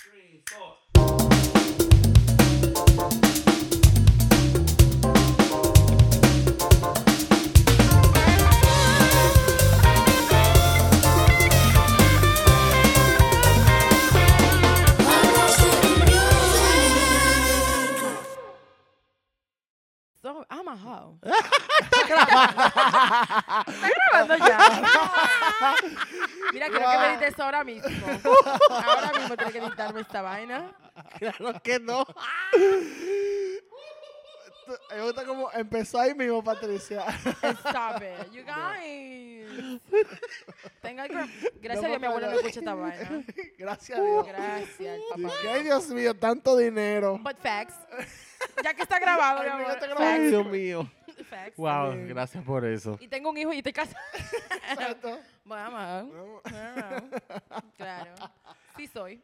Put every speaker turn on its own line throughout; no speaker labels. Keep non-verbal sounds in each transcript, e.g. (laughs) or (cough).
three, four.
So- I'm a
(laughs)
hoe.
Está grabando ya.
Mira, creo que me edites ahora mismo. Ahora mismo tengo que editarme esta vaina.
Claro que no. Tú- Me gusta como empezó ahí mismo, Patricia.
Stop it. You guys. Tengo algo- Gracias a Dios, mi abuela no escucha esta vaina.
Gracias a Dios.
Gracias,
Dije,
papá.
Ay, Dios mío, tanto dinero.
But facts. Ya que está grabado, mi
Ay, mira,
amor.
está grabado.
Facts.
Dios mío.
Facts.
Wow,
Amén.
gracias por eso.
Y tengo un hijo y estoy casada.
Exacto.
Bueno, I'm a hoe.
No.
Claro. Claro. Sí soy.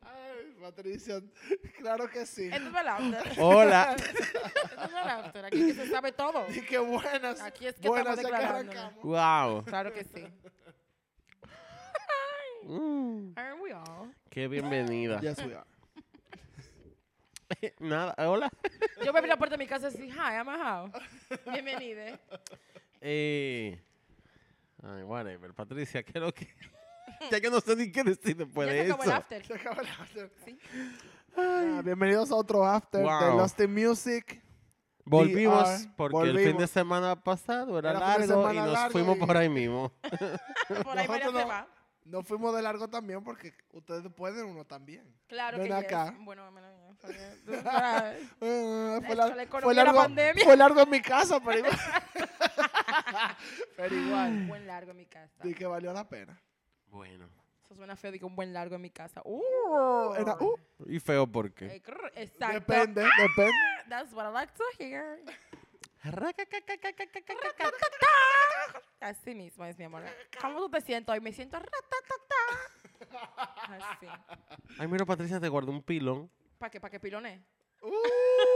Ay, Patricia, claro que sí.
Esto es el
(laughs)
after.
Oh,
Esto
Hola.
es el after. Aquí es que se sabe todo.
Y qué buenas.
Aquí es que
buenas
estamos
ya que
declarándonos.
arrancamos.
Wow.
Claro que sí. Aren't we all?
Qué bienvenida.
Yes, we are.
Nada, hola.
Yo me abrí la puerta de mi casa así, hi, I'm a how. Bienvenida.
Eh, ay, whatever. Patricia, ¿qué es lo que...? ya yo no sé ni qué decir después
Ya
de
se acabó el
eso.
after.
Se acaba el after.
Sí.
Ah, bienvenidos a otro after de
Wow.
Lost in Music.
Volvimos
VR,
porque el fin de
volvimos.
semana pasado era,
Era fin de
largo y
semana
nos
largo
fuimos
y-
por ahí mismo.
Por ahí María
Nosotros
se
no-
va.
Nos fuimos de largo también porque ustedes pueden, uno también.
Claro
Ven
que
acá.
yes. Bueno, me lo porque tú sabes.
Eh,
Esto,
fue,
la
lar- fue
economía, la
largo,
pandemia.
fue largo en mi
(laughs)
casa, pero igual. pero igual.
Un buen largo en mi casa.
Y que valió la pena.
Bueno.
Eso suena feo, digo un buen largo en mi casa. Uh,
Era, uh,
Y feo porque...
Eh, crrr, Exacto.
depende, depende.
(laughs) That's what I like to hear. Así mismo es, mi amor. ¿Cómo tú te sientes hoy? Me siento ratatata. Así.
Ay, mira, Patricia, te guardó un pilón.
¿Para qué? ¿Para qué pilone?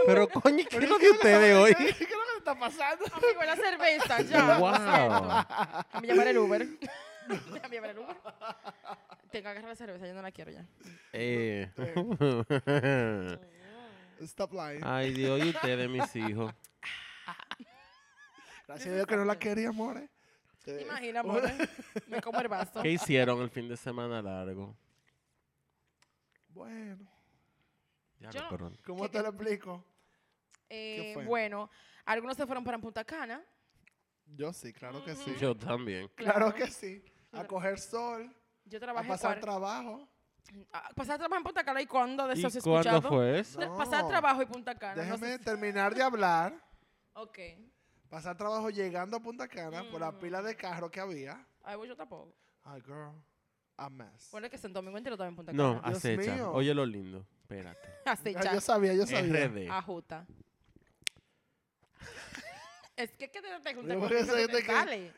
Pero, coño, ¿qué es lo que
¿Qué
ustedes
lo que-
hoy?
¿Qué es lo que te está pasando?
Amigo, la cerveza, ya.
Wow.
lo siento. Déjame llamar el Uber. Déjame llamar el Uber. Tengo que agarrar la cerveza, yo no la quiero ya.
Eh.
(laughs) Stop lying.
Ah.
Ay, Dios, y ustedes, mis hijos.
Gracias a Dios que no la quería, amores.
¿Te
Sí.
imaginas, amor? Me como el vaso.
¿Qué hicieron el fin de semana largo?
Bueno,
Ya
Yo
no,
no-
perdón.
¿cómo te lo explico?
Eh,
fue?
bueno, algunos se fueron para Punta Cana.
Yo sí, claro que sí.
Yo también.
Claro que sí. A coger sol,
Yo
a
trabajé
pasar
cuar-
trabajo.
Ah, Pasar trabajo en Punta Cana y cuándo de
¿Y
eso has
cuándo
escuchado?
fue eso?
Tra-
No.
Pasar trabajo y Punta Cana. no sé
Déjame
si-
terminar de hablar.
Ok.
Pasar trabajo llegando a Punta Cana por la pila de carro que había.
Ay, voy yo tampoco.
Ay, girl, a mess.
Bueno, es que Santo Domingo entero estaba en Punta
No, ah,
Cana.
Dios
acecha.
mío.
Oye lo lindo. Espérate.
(laughs)
Ya,
Acecha,
yo sabía, yo sabía.
RD.
ajuta. (laughs) es que que te, te juntas
Yo
con
creo que
eso que
eso
te
es de que-
sale.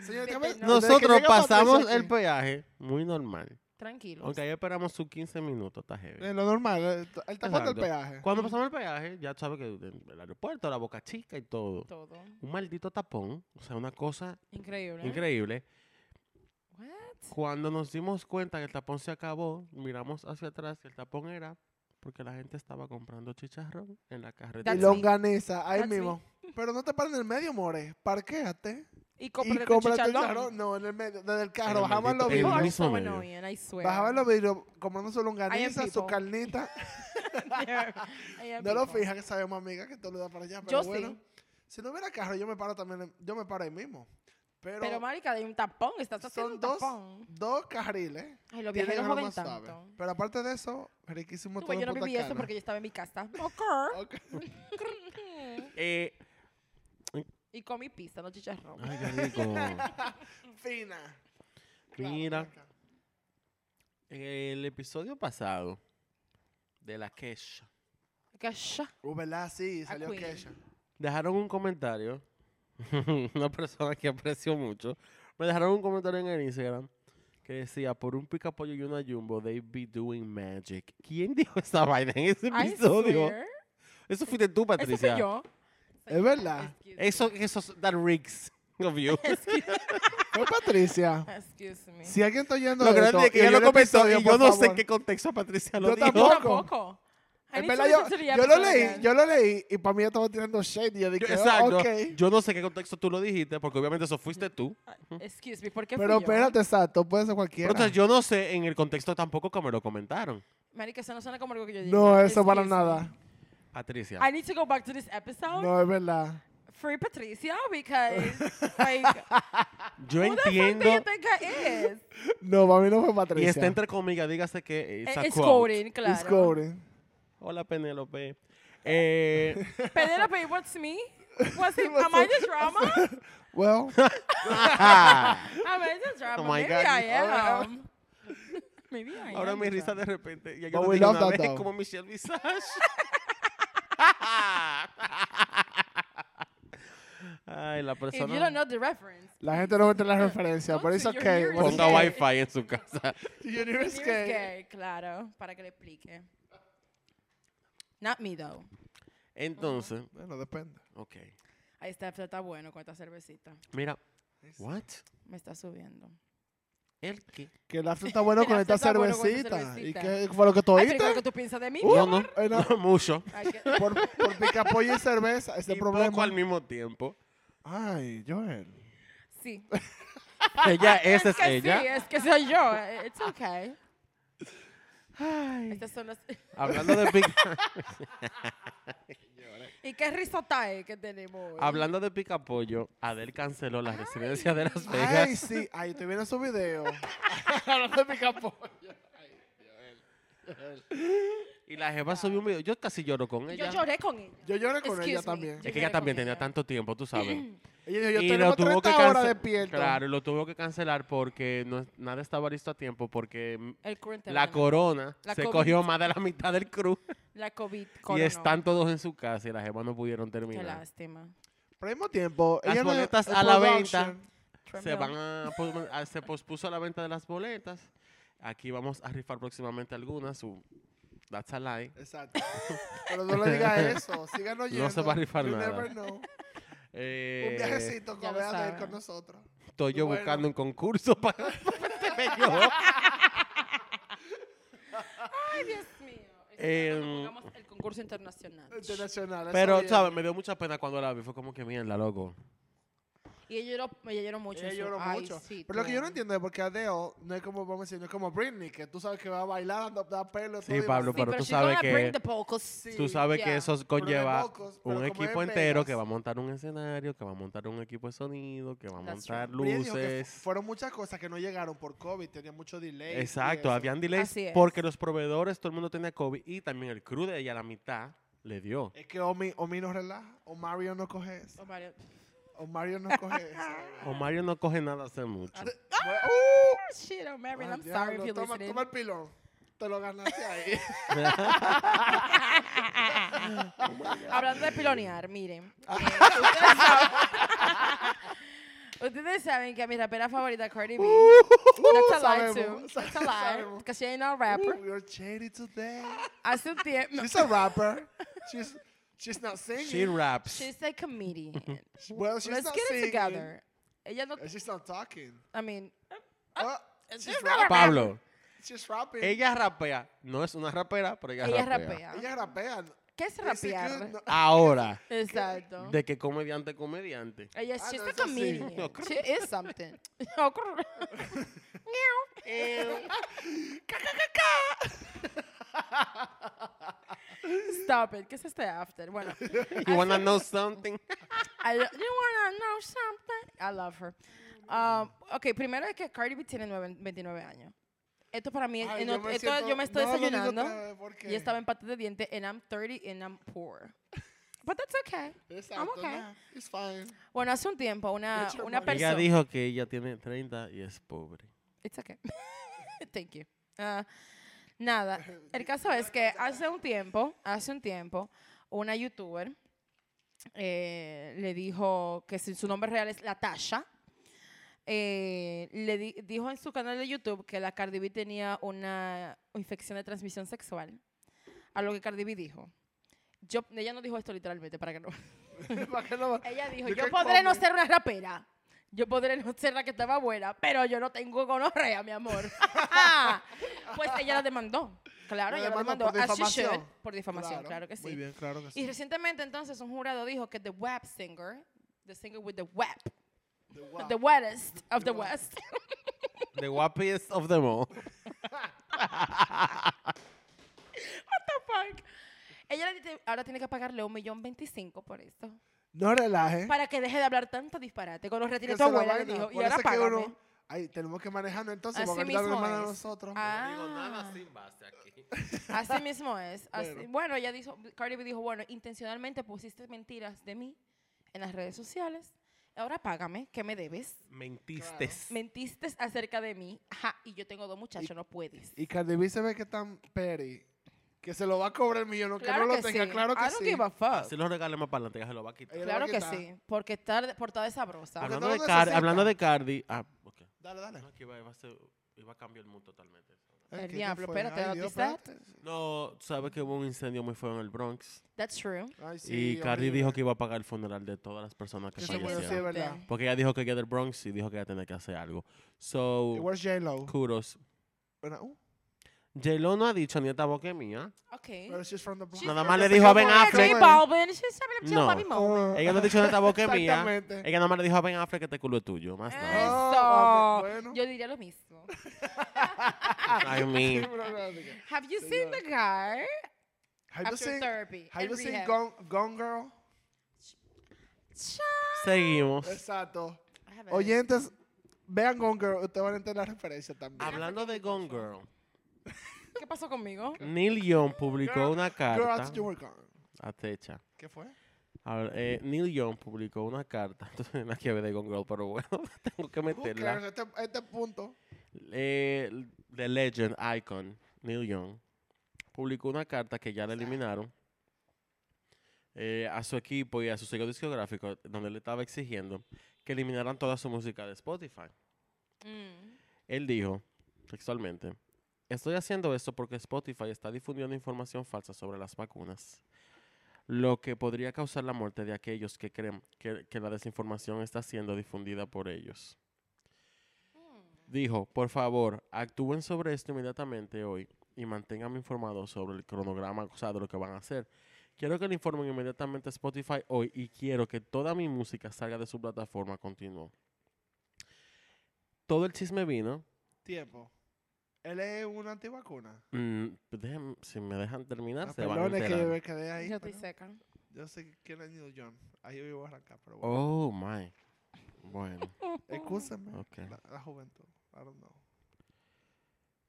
Señor,
Vete,
déjame-
no.
desde que
Nosotros
llega Patricia
pasamos
aquí,
el peaje muy normal.
Tranquilo.
Aunque ahí esperamos sus 15 minutos, está heavy.
eh, Lo normal, eh, t- él está pagando el
Exacto.
peaje.
Cuando pasamos el peaje, ya sabes que el el aeropuerto, la boca chica y todo.
Todo.
Un maldito tapón, o sea, una cosa
Increíble. ¿eh?
increíble.
What?
Cuando nos dimos cuenta que el tapón se acabó, miramos hacia atrás y el tapón era porque la gente estaba comprando chicharrón en la carretera.
Y
That's me.
longaniza, ahí
That's me.
mismo. Pero no te pares en el medio, more. Parquéate.
Y
Y
cómprate tu
cómprate el
chicharrón.
carro. No, en el medio, desde el
En el
carro. Bajamos los
maldito-
You
el
are
vidrios.
mismo
so
medio.
annoying, I swear. (laughs)
Bajaban los vidrios comprando su longaniza, su
people. (laughs)
carnita. (laughs)
I am
No lo
people.
fijas que sabemos, amiga, que todo lo da para allá. Pero
Yo sí.
bueno, si no hubiera carro, yo me paro también. en- Yo me paro ahí mismo. Pero,
Pero, marica, hay un tapón. Estás haciendo
son
un
dos,
tapón.
dos carriles.
Ay, los
Tienen
viajeros
algo
joden
más suave.
tanto.
Pero aparte de eso, riquísimo
Tú
todo
ves, yo
en
no
Punta
viví eso
Cana.
porque yo estaba en mi
(laughs)
casa. Ok.
Ok.
Eh,
y comí pizza, no chicharrón.
ay, qué rico.
Fina. Claro,
(laughs) Mira,
acá.
el episodio pasado de la queja.
Que
(laughs)
ya.
Uh, ¿verdad? Sí,
A
salió
Queen.
Kesha.
dejaron un comentario. (laughs) una persona que aprecio mucho. Me dejaron un comentario en el Instagram que decía, por un picapollo y una jumbo, they be doing magic. ¿Quién dijo esa vaina en ese
I
episodio?
swear.
Eso fuiste tú,
Eso
Patricia.
fui yo.
Es verdad.
Ah.
Excuse me.
Eso, eso, that rigs. of you.
Fue
(laughs)
Patricia.
Excuse me.
Si alguien está oyendo
Lo
esto
grande es que
y
ella
oyó
lo
el
comenzó
episodio,
y yo
por
no sé en
favor,
qué contexto Patricia
Yo
lo dijo.
Yo
tampoco.
tampoco. I
En
need
verdad,
to
yo,
listen to the
yo lo
episode
leí,
again.
yo lo leí y para mí ya estaba tirando shade y yo dije,
(laughs) Yo-
"Ah,
exacto.
ok".
Yo no sé qué contexto tú lo dijiste, porque obviamente eso fuiste tú.
Ah, Excuse me, ¿por qué
Pero
fui yo?
espérate, exacto, puede ser
Pero
cualquiera.
entonces yo no sé en el contexto tampoco que me lo comentaron.
Marica, eso no suena como algo que yo dije.
no, eso para
Excuse me.
nada.
Patricia.
I need to go back to this episode.
No, es verdad.
Free Patricia because
(laughs)
like who
yo
the fuck do you
entiendo.
think I is? Eh,
No, para mí no fue
Y
Patricia.
está entre comillas, dígase que it's a
Es
quote.
coding, claro.
It's golden.
Hola, Penélope. Eh,
Penelope, what's me? What's
(laughs)
it? Am I the drama?
Well,
Am I the drama?
Oh my
Maybe
God.
I am. (laughs) Maybe I am.
ahora
the
mi risa
drama.
de repente. Ya
But
yo lo
we
digo
love
una
that,
vez
though.
como Michelle Visage. (laughs) Ay, la
If you don't
persona
know the reference.
la gente no mete las referencias, pero
Entonces,
it's
you're
okay.
here
What is
today.
ponga
Gay.
wifi en su casa.
Junior
It's
is gay.
gay, claro, para que le explique. Not me though.
Entonces,
Bueno, depende.
ok.
Ahí está, está bueno con esta cervecita.
Mira, what?
Me está subiendo.
¿El qué?
Que el after está bueno
El
con
after
esta
está bueno con esta
cervecita. ¿Y qué
cervecita.
fue lo que tú
Ay, pero ¿qué es
oíste? Uh.
lo que tú piensas de mí?
no, no,
Ay, no.
no, (laughs) mucho.
Ay, que-
Por, por picapollo y cerveza, ese
Y poco
problema.
al mismo tiempo.
(laughs)
Ay, Joel. (laughs)
Sí.
Ella, esa es
que Sí,
ella.
es que soy yo. Eh, It's okay.
Ay.
Estas son las...
Hablando de
(laughs)
pica,
¿Y qué risotae que tenemos? hoy?
hablando de pica pollo, Adel canceló la residencia de Las
Ay,
Vegas.
sí. Ay, estoy viendo su video. Hablando de picapollo.
Y la jefa subió un video. Yo casi lloro con
Yo
ella.
lloré con ella.
Yo lloré con
Excuse
ella
me.
también.
Es
Yo
que ella
lloré con
también tenía
ella.
tanto tiempo, tú sabes.
(clears throat)
Ella dijo, yo
y
tengo
lo tuvo que
30 horas
cancelar.
despierto.
Claro, y lo tuvo que cancelar porque no, nada estaba listo a tiempo porque mm,
El current
la
terminal.
corona
La
se
COVID.
cogió más de la mitad del crew (laughs)
La COVID.
y
corona.
están todos en su casa y las jemas no pudieron
Qué
terminar.
lástima.
Pero al mismo tiempo,
Las
ella no-
boletas
el
a la
production-
venta.
Trump
se
no.
van a, pos- (laughs) a- se pospuso la venta de las boletas. Aquí vamos a rifar próximamente algunas. su- that's a lie.
Exacto. Pero no le digas eso. Síganos oyendo.
No se va a rifar
You
nada.
never know.
Eh,
Un viajecito
Ya
con
lo
Bea de
saben.
con nosotros.
Estoy yo
Bueno.
buscando un concurso (laughs) para este
(laughs)
bello.
Ay, Dios mío.
Em,
Pongamos el concurso internacional.
Internacional. está
Pero,
bien.
¿sabes? Me dio mucha pena cuando la vi. Fue como que mierda, loco.
Y ella lloró, ella lloró mucho.
Ella
eso.
lloró
Ay,
mucho.
sí,
Pero lo que yo no
claro.
entiendo es porque Adele no es como, vamos a decir, no es como Britney, que tú sabes que va a bailar, da, da pelo.
Sí,
todo y va a
Pablo,
hacer-
Sí,
Pero tú
she
sabes
gonna
que-
bring the vocals. Sí.
Tú sabes que
ya.
eso
Pero de
conlleva
mocos, pero
un
como
equipo
en
entero
Vegas.
que va a montar un escenario, que va a montar un equipo de sonido, que va a
That's
montar
Britney dijo que fu-
luces.
Fueron muchas cosas que no llegaron por COVID, tenía mucho delay. y
Exacto,
eso.
habían delays
Así es.
porque los proveedores, todo el mundo tenía COVID y también el crew de ella, la mitad, le dio.
Es que Omi, Omi no relaja, o Mario no coge eso.
Oh, Mario.
O Mario no coge
(laughs)
eso.
O Mario no coge nada hace mucho.
Oh, shit, oh, Marion,
Ah,
I'm sorry if
diablo,
you're
toma,
listening.
toma el pilón. Te lo ganaste
(laughs)
ahí.
Hablando de pilonear, miren.
(laughs)
eh,
Ah.
ustedes, saben, (laughs) Ustedes saben que mi rapera favorita, Cardi B, that's a lie too.
Uh, sabemos,
That's a lie,
sabemos.
because she ain't no rapper.
You're shady
(laughs)
today.
Hace un tiempo,
She's a rapper. She's she's not singing.
She raps.
she's a comedian.
well, (laughs) she's
Let's
not
get
singing.
it together. Ella no,
And she's not talking.
I mean,
Oh, she's,
Ah, she's not
rap-
a-
Pablo,
she's rapping.
ella rapea. No es una rapera, pero ella,
ella
rapea.
rapea.
Ella rapea.
¿Qué es
Is it
rapear?
good? No.
Ahora,
Exacto.
de que comediante,
(laughs)
comediante.
Ella,
Ah,
she's
no,
a
eso sí.
comedian.
No,
She is something. (laughs) Stop it. ¿Qué es este after? Bueno,
You wanna know something?
I, you wanna know something? I love her. Um, ok, primero es que Cardi B tiene nueve- 29 años. Esto para mí, es-
Ay,
no-
yo me
esto-
siento-
yo me estoy
no, lo digo
desayunando
otra vez, ¿por qué?
y estaba en pata de dientes and I'm 30 and I'm poor. But that's okay.
Exacto,
I'm okay.
nah, it's fine.
(laughs)
(laughs)
Bueno, hace un tiempo una,
Get your
una
money.
Ella
persona...
dijo que ella tiene 30 y es pobre.
It's okay. (laughs) Thank you. Ah, nada, el caso es que hace un tiempo, hace un tiempo, una youtuber eh, le dijo que si su nombre real es Latasha. eh, le di- dijo en su canal de YouTube que la Cardi B tenía una infección de transmisión sexual. A lo que Cardi B dijo. Yo, ella no dijo esto literalmente, para que no.
¿Para qué lo-
Ella dijo,
You
yo
can
podré no
comment.
ser una rapera, Yo podré no ser la que estaba buena, pero yo no tengo gonorrea, mi amor.
(laughs)
(laughs) pues ella la demandó. Claro,
La
ella la
demandó
demandó.
por
as she
difamación.
should, por difamación, claro, que
Muy
sí.
bien, claro que
Y
sí.
recientemente entonces un jurado dijo que the WAP singer, the singer with the WAP,
The guap.
the wettest of the
The WAP.
west, (laughs)
The wappiest of them all.
the fuck. Oh Ella le dice, ahora tiene que pagarle un millón veinticinco por esto.
No relaje.
Para que deje de hablar tanto disparate. Con los
que
retiros
¿Eh? se
tu
la
abuela le
vaina.
dijo. Y
Por
ahora
eso es que
págame.
uno- Ay, tenemos que manejarnos entonces
Así
porque ahorita
mismo
nos mandan a
es.
nosotros.
Ah.
base aquí.
(laughs)
Así mismo es. Así-
Bueno.
bueno. ella dijo, Cardi B dijo, bueno, intencionalmente pusiste mentiras de mí en las redes sociales. Ahora págame, ¿qué me debes?
(laughs) Mentiste.
Mentiste acerca de mí. Ajá, y yo tengo dos muchachos, no puedes.
Y Cardi B se ve que tan peri que se lo va a cobrar el millón, aunque no lo tenga, claro
I
que
don't
sí.
give a fuck.
Así Ah, los regales más para adelante, que se lo va a quitar.
Ella lo va a
Claro que
quitar.
sí. Porque estar portada de sabrosa.
Porque
Hablando
no
de,
lo
Cardi,
necesita.
hablando de Cardi. Ah, ok.
Dale, dale.
No, que iba, iba a ser- iba a cambiar el mundo totalmente.
Ay,
El
Eh, ¿qué- qué
diablo,
fue?
espérate,
Ay,
¿no
Dios,
viste?
espérate.
No, tú sabes que hubo un incendio muy feo en el Bronx.
That's true.
Ay, sí,
y Cardi
horrible.
dijo que iba a pagar el funeral de todas las personas que
Que se murió, sí, es
fallecieron.
verdad.
Sí.
Porque ella dijo que ella del Bronx y dijo que ella tenía que hacer algo. So,
Y Where's J-Lo?
kudos.
Bueno, uh,
J-Lo no ha dicho ni esta boca
(laughs)
es mía.
Ok.
pero she's from the Bronx.
Nada más le dijo a Ben
J
Affleck.
Balvin, she's having a chill
No.
baby moment.
Ah,
Ella no ha dicho ni esta boca es mía.
Exactamente.
Ella nada más le dijo a Ben Affleck que este culo es tuyo. Más nada.
Ah,
Eso.
ok, bueno.
Yo diría lo mismo.
Ah. (laughs)
I
Sí,
mean,
(laughs) pero no, diga.
Have you
Sí,
seen
no.
the guy
Have you
after
seen,
therapy?
have
and
you seen
rehab?
Gone, Gone Girl?
Cha-
seguimos.
Exacto.
I haven't.
Oyentes, vean Gone Girl, ustedes van a entender la referencia también.
Hablando de Gone Girl,
¿Qué pasó conmigo?
Neil Young publicó una
Girl, I
carta.
thought
(laughs)
you were gone.
Atecha.
¿Qué fue?
Ahora, eh, Neil Young publicó una carta. (laughs) Entonces, nada que ver de Gone Girl, pero bueno, (laughs) tengo que
Who cares?
meterla.
Este, este punto.
Eh, the Legend Icon, Neil Young, publicó una carta que ya la eliminaron eh, a su equipo y a su sello discográfico, donde le estaba exigiendo que eliminaran toda su música de Spotify.
Mm.
Él dijo, textualmente, estoy haciendo esto porque Spotify está difundiendo información falsa sobre las vacunas, lo que podría causar la muerte de aquellos que creen que, que la desinformación está siendo difundida por ellos. Dijo, por favor, actúen sobre esto inmediatamente hoy y manténganme informado sobre el cronograma, o sea, de lo que van a hacer. Quiero que le informen inmediatamente a Spotify hoy y quiero que toda mi música salga de su plataforma, continuó. Todo el chisme vino
Tiempo. Él es una antivacuna.
Mm, pues déjame- si me dejan terminar,
Ah,
se van a
perdón, es que
enterar.
me quedé ahí.
Yo estoy
pero
seca.
Yo sé quién es Neil John. Ahí vivo a arrancar, pero bueno.
Oh, my.
(laughs)
Bueno.
Excúsenme.
Ok.
La, la juventud. I don't know.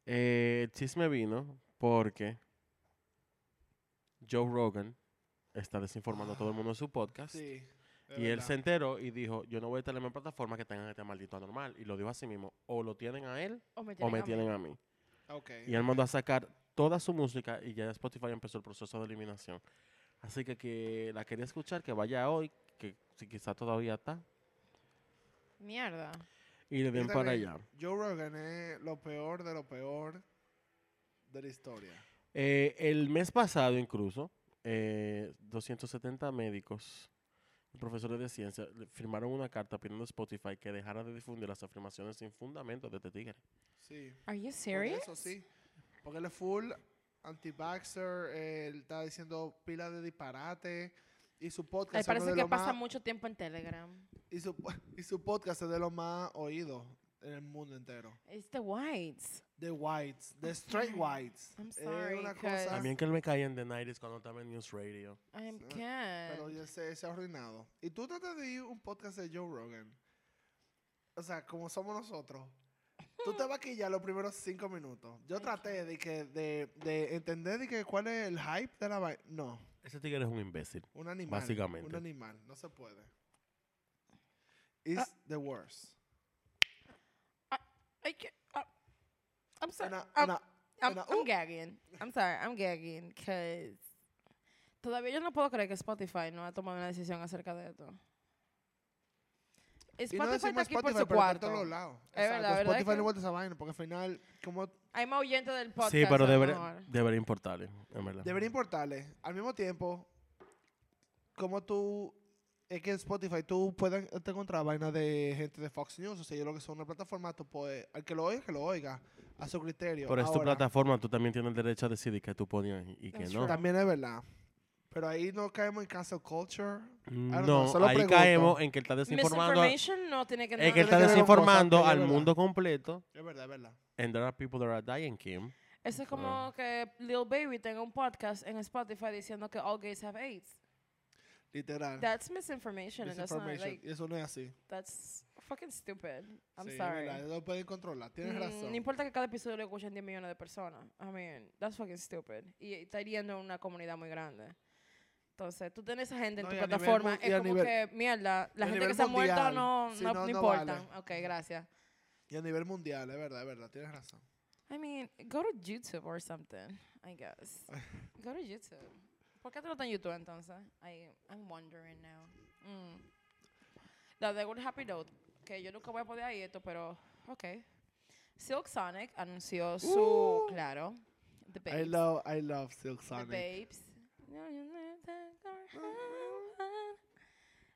Eh, el chisme vino porque Joe Rogan está desinformando a todo el mundo en su podcast.
Sí.
y él se enteró y dijo, yo no voy a estar en mi plataforma que tengan este maldito anormal. Y lo dijo a sí mismo, o lo tienen a él
O me
o
tienen
me
a mí.
tienen a mí.
Ok.
Y él mandó a sacar toda su música y ya Spotify empezó el proceso de eliminación. Así que que la quería escuchar, que vaya hoy, que si quizá todavía está.
Mierda.
Y le
Yo
den para
también.
allá.
Joe Rogan es lo peor de lo peor de la historia.
Eh, el mes pasado incluso, eh, 270 médicos y profesores de ciencia le- firmaron una carta pidiendo a Spotify que dejara de difundir las afirmaciones sin fundamento de este tigre.
Sí. por
Are you serious?
Eso sí. Porque él es full anti-vaxxer. Él está diciendo pila de disparate. Y su
Ay,
podcast es uno
parece
de
que
los
pasa
más,
mucho tiempo en Telegram.
y, su, (laughs) y su podcast es de los más oídos en el mundo entero.
It's the whites.
The whites. The straight whites.
I'm
Es
sorry,
una
'cause-
cosa...
También que él me caía en The 90 cuando estaba en News Radio.
I'm
Sí, Pero
can.
ya se, se ha arruinado. Y tú tratas de ir a un podcast de Joe Rogan. O sea, como somos nosotros. Tú te vas a quillar los primeros cinco minutos. Yo traté de que de, de entender de que cuál es el hype de la vaina. No,
Ese tigre es un imbécil.
un animal.
Básicamente.
Un animal, no se puede.
Ah.
It's the worst.
Ay, que- ah, I'm sorry.
Una-
I'm-
una-
I'm,
una-
I'm
uh.
gagging. I'm sorry, I'm gagging. 'cause todavía yo no puedo creer que Spotify no ha tomado una decisión acerca de esto.
y no
Spotify está
decimos
aquí por
Spotify,
su
pero está en
cuarto.
todos lados.
Es verdad,
Exacto,
¿verdad
Spotify
que-
no vuelve esa vaina, porque al final, como
Hay más oyentes del podcast.
sí, pero
a lo
debería,
mejor.
debería importarle, en verdad.
Debería importarle. Al mismo tiempo, como tú es que en Spotify tú puedes te encontrar vainas de gente de Fox News. O sea, yo lo que son una plataforma, tú puedes, al que lo oiga, que lo oiga, a su criterio.
Pero es tu
Ahora,
plataforma, tú también tienes el derecho a decidir que tú ponías y que
That's
no.
También es verdad. Pero ahí no caemos en cancel culture. don't know,
Mm, No,
solo
ahí
pregunto.
caemos en que él está desinformando, a-
Misinformation no tiene que
en
nada
que
ver
él está
tiene
con-
que ver con cosas
desinformando
que es
al
verdad.
mundo completo.
Es verdad, es verdad.
And there are people that are dying, Kim.
Eso es como que Lil Baby tenga un podcast en Spotify diciendo que all gays have AIDS.
Literal.
That's misinformation, and that's not
Misinformation.
like
Y eso no es así.
that's fucking stupid. I'm
Sí, es
sorry.
verdad, no pueden controlar. Tienes
Mm,
razón.
No importa que cada episodio lo escuchen 10 millones de personas. I mean, that's fucking stupid. Y está hiriendo a una comunidad muy grande. Entonces, tú tienes esa gente en
No,
tu
y a nivel
plataforma.
mun- y
es
a
como
nivel-
que, mierda,
y a
la gente
nivel
que se ha muerto
mundial,
no,
si
no,
no,
no
no
importa.
vale.
Ok, gracias.
Y a nivel mundial, es verdad, es verdad. Tienes razón.
I mean, go to YouTube or something, I
(laughs)
guess. go to YouTube. ¿Por qué tú no estás en YouTube entonces? I, I'm wondering now. Mm. La de Good Happy Note, que yo nunca voy a poder ir esto, pero ok. Silk Sonic anunció su,
Uh.
claro, The
I
Babes.
love, I love Silk
The
Sonic. Uh-huh.
Babes. No, you know that girl, I'm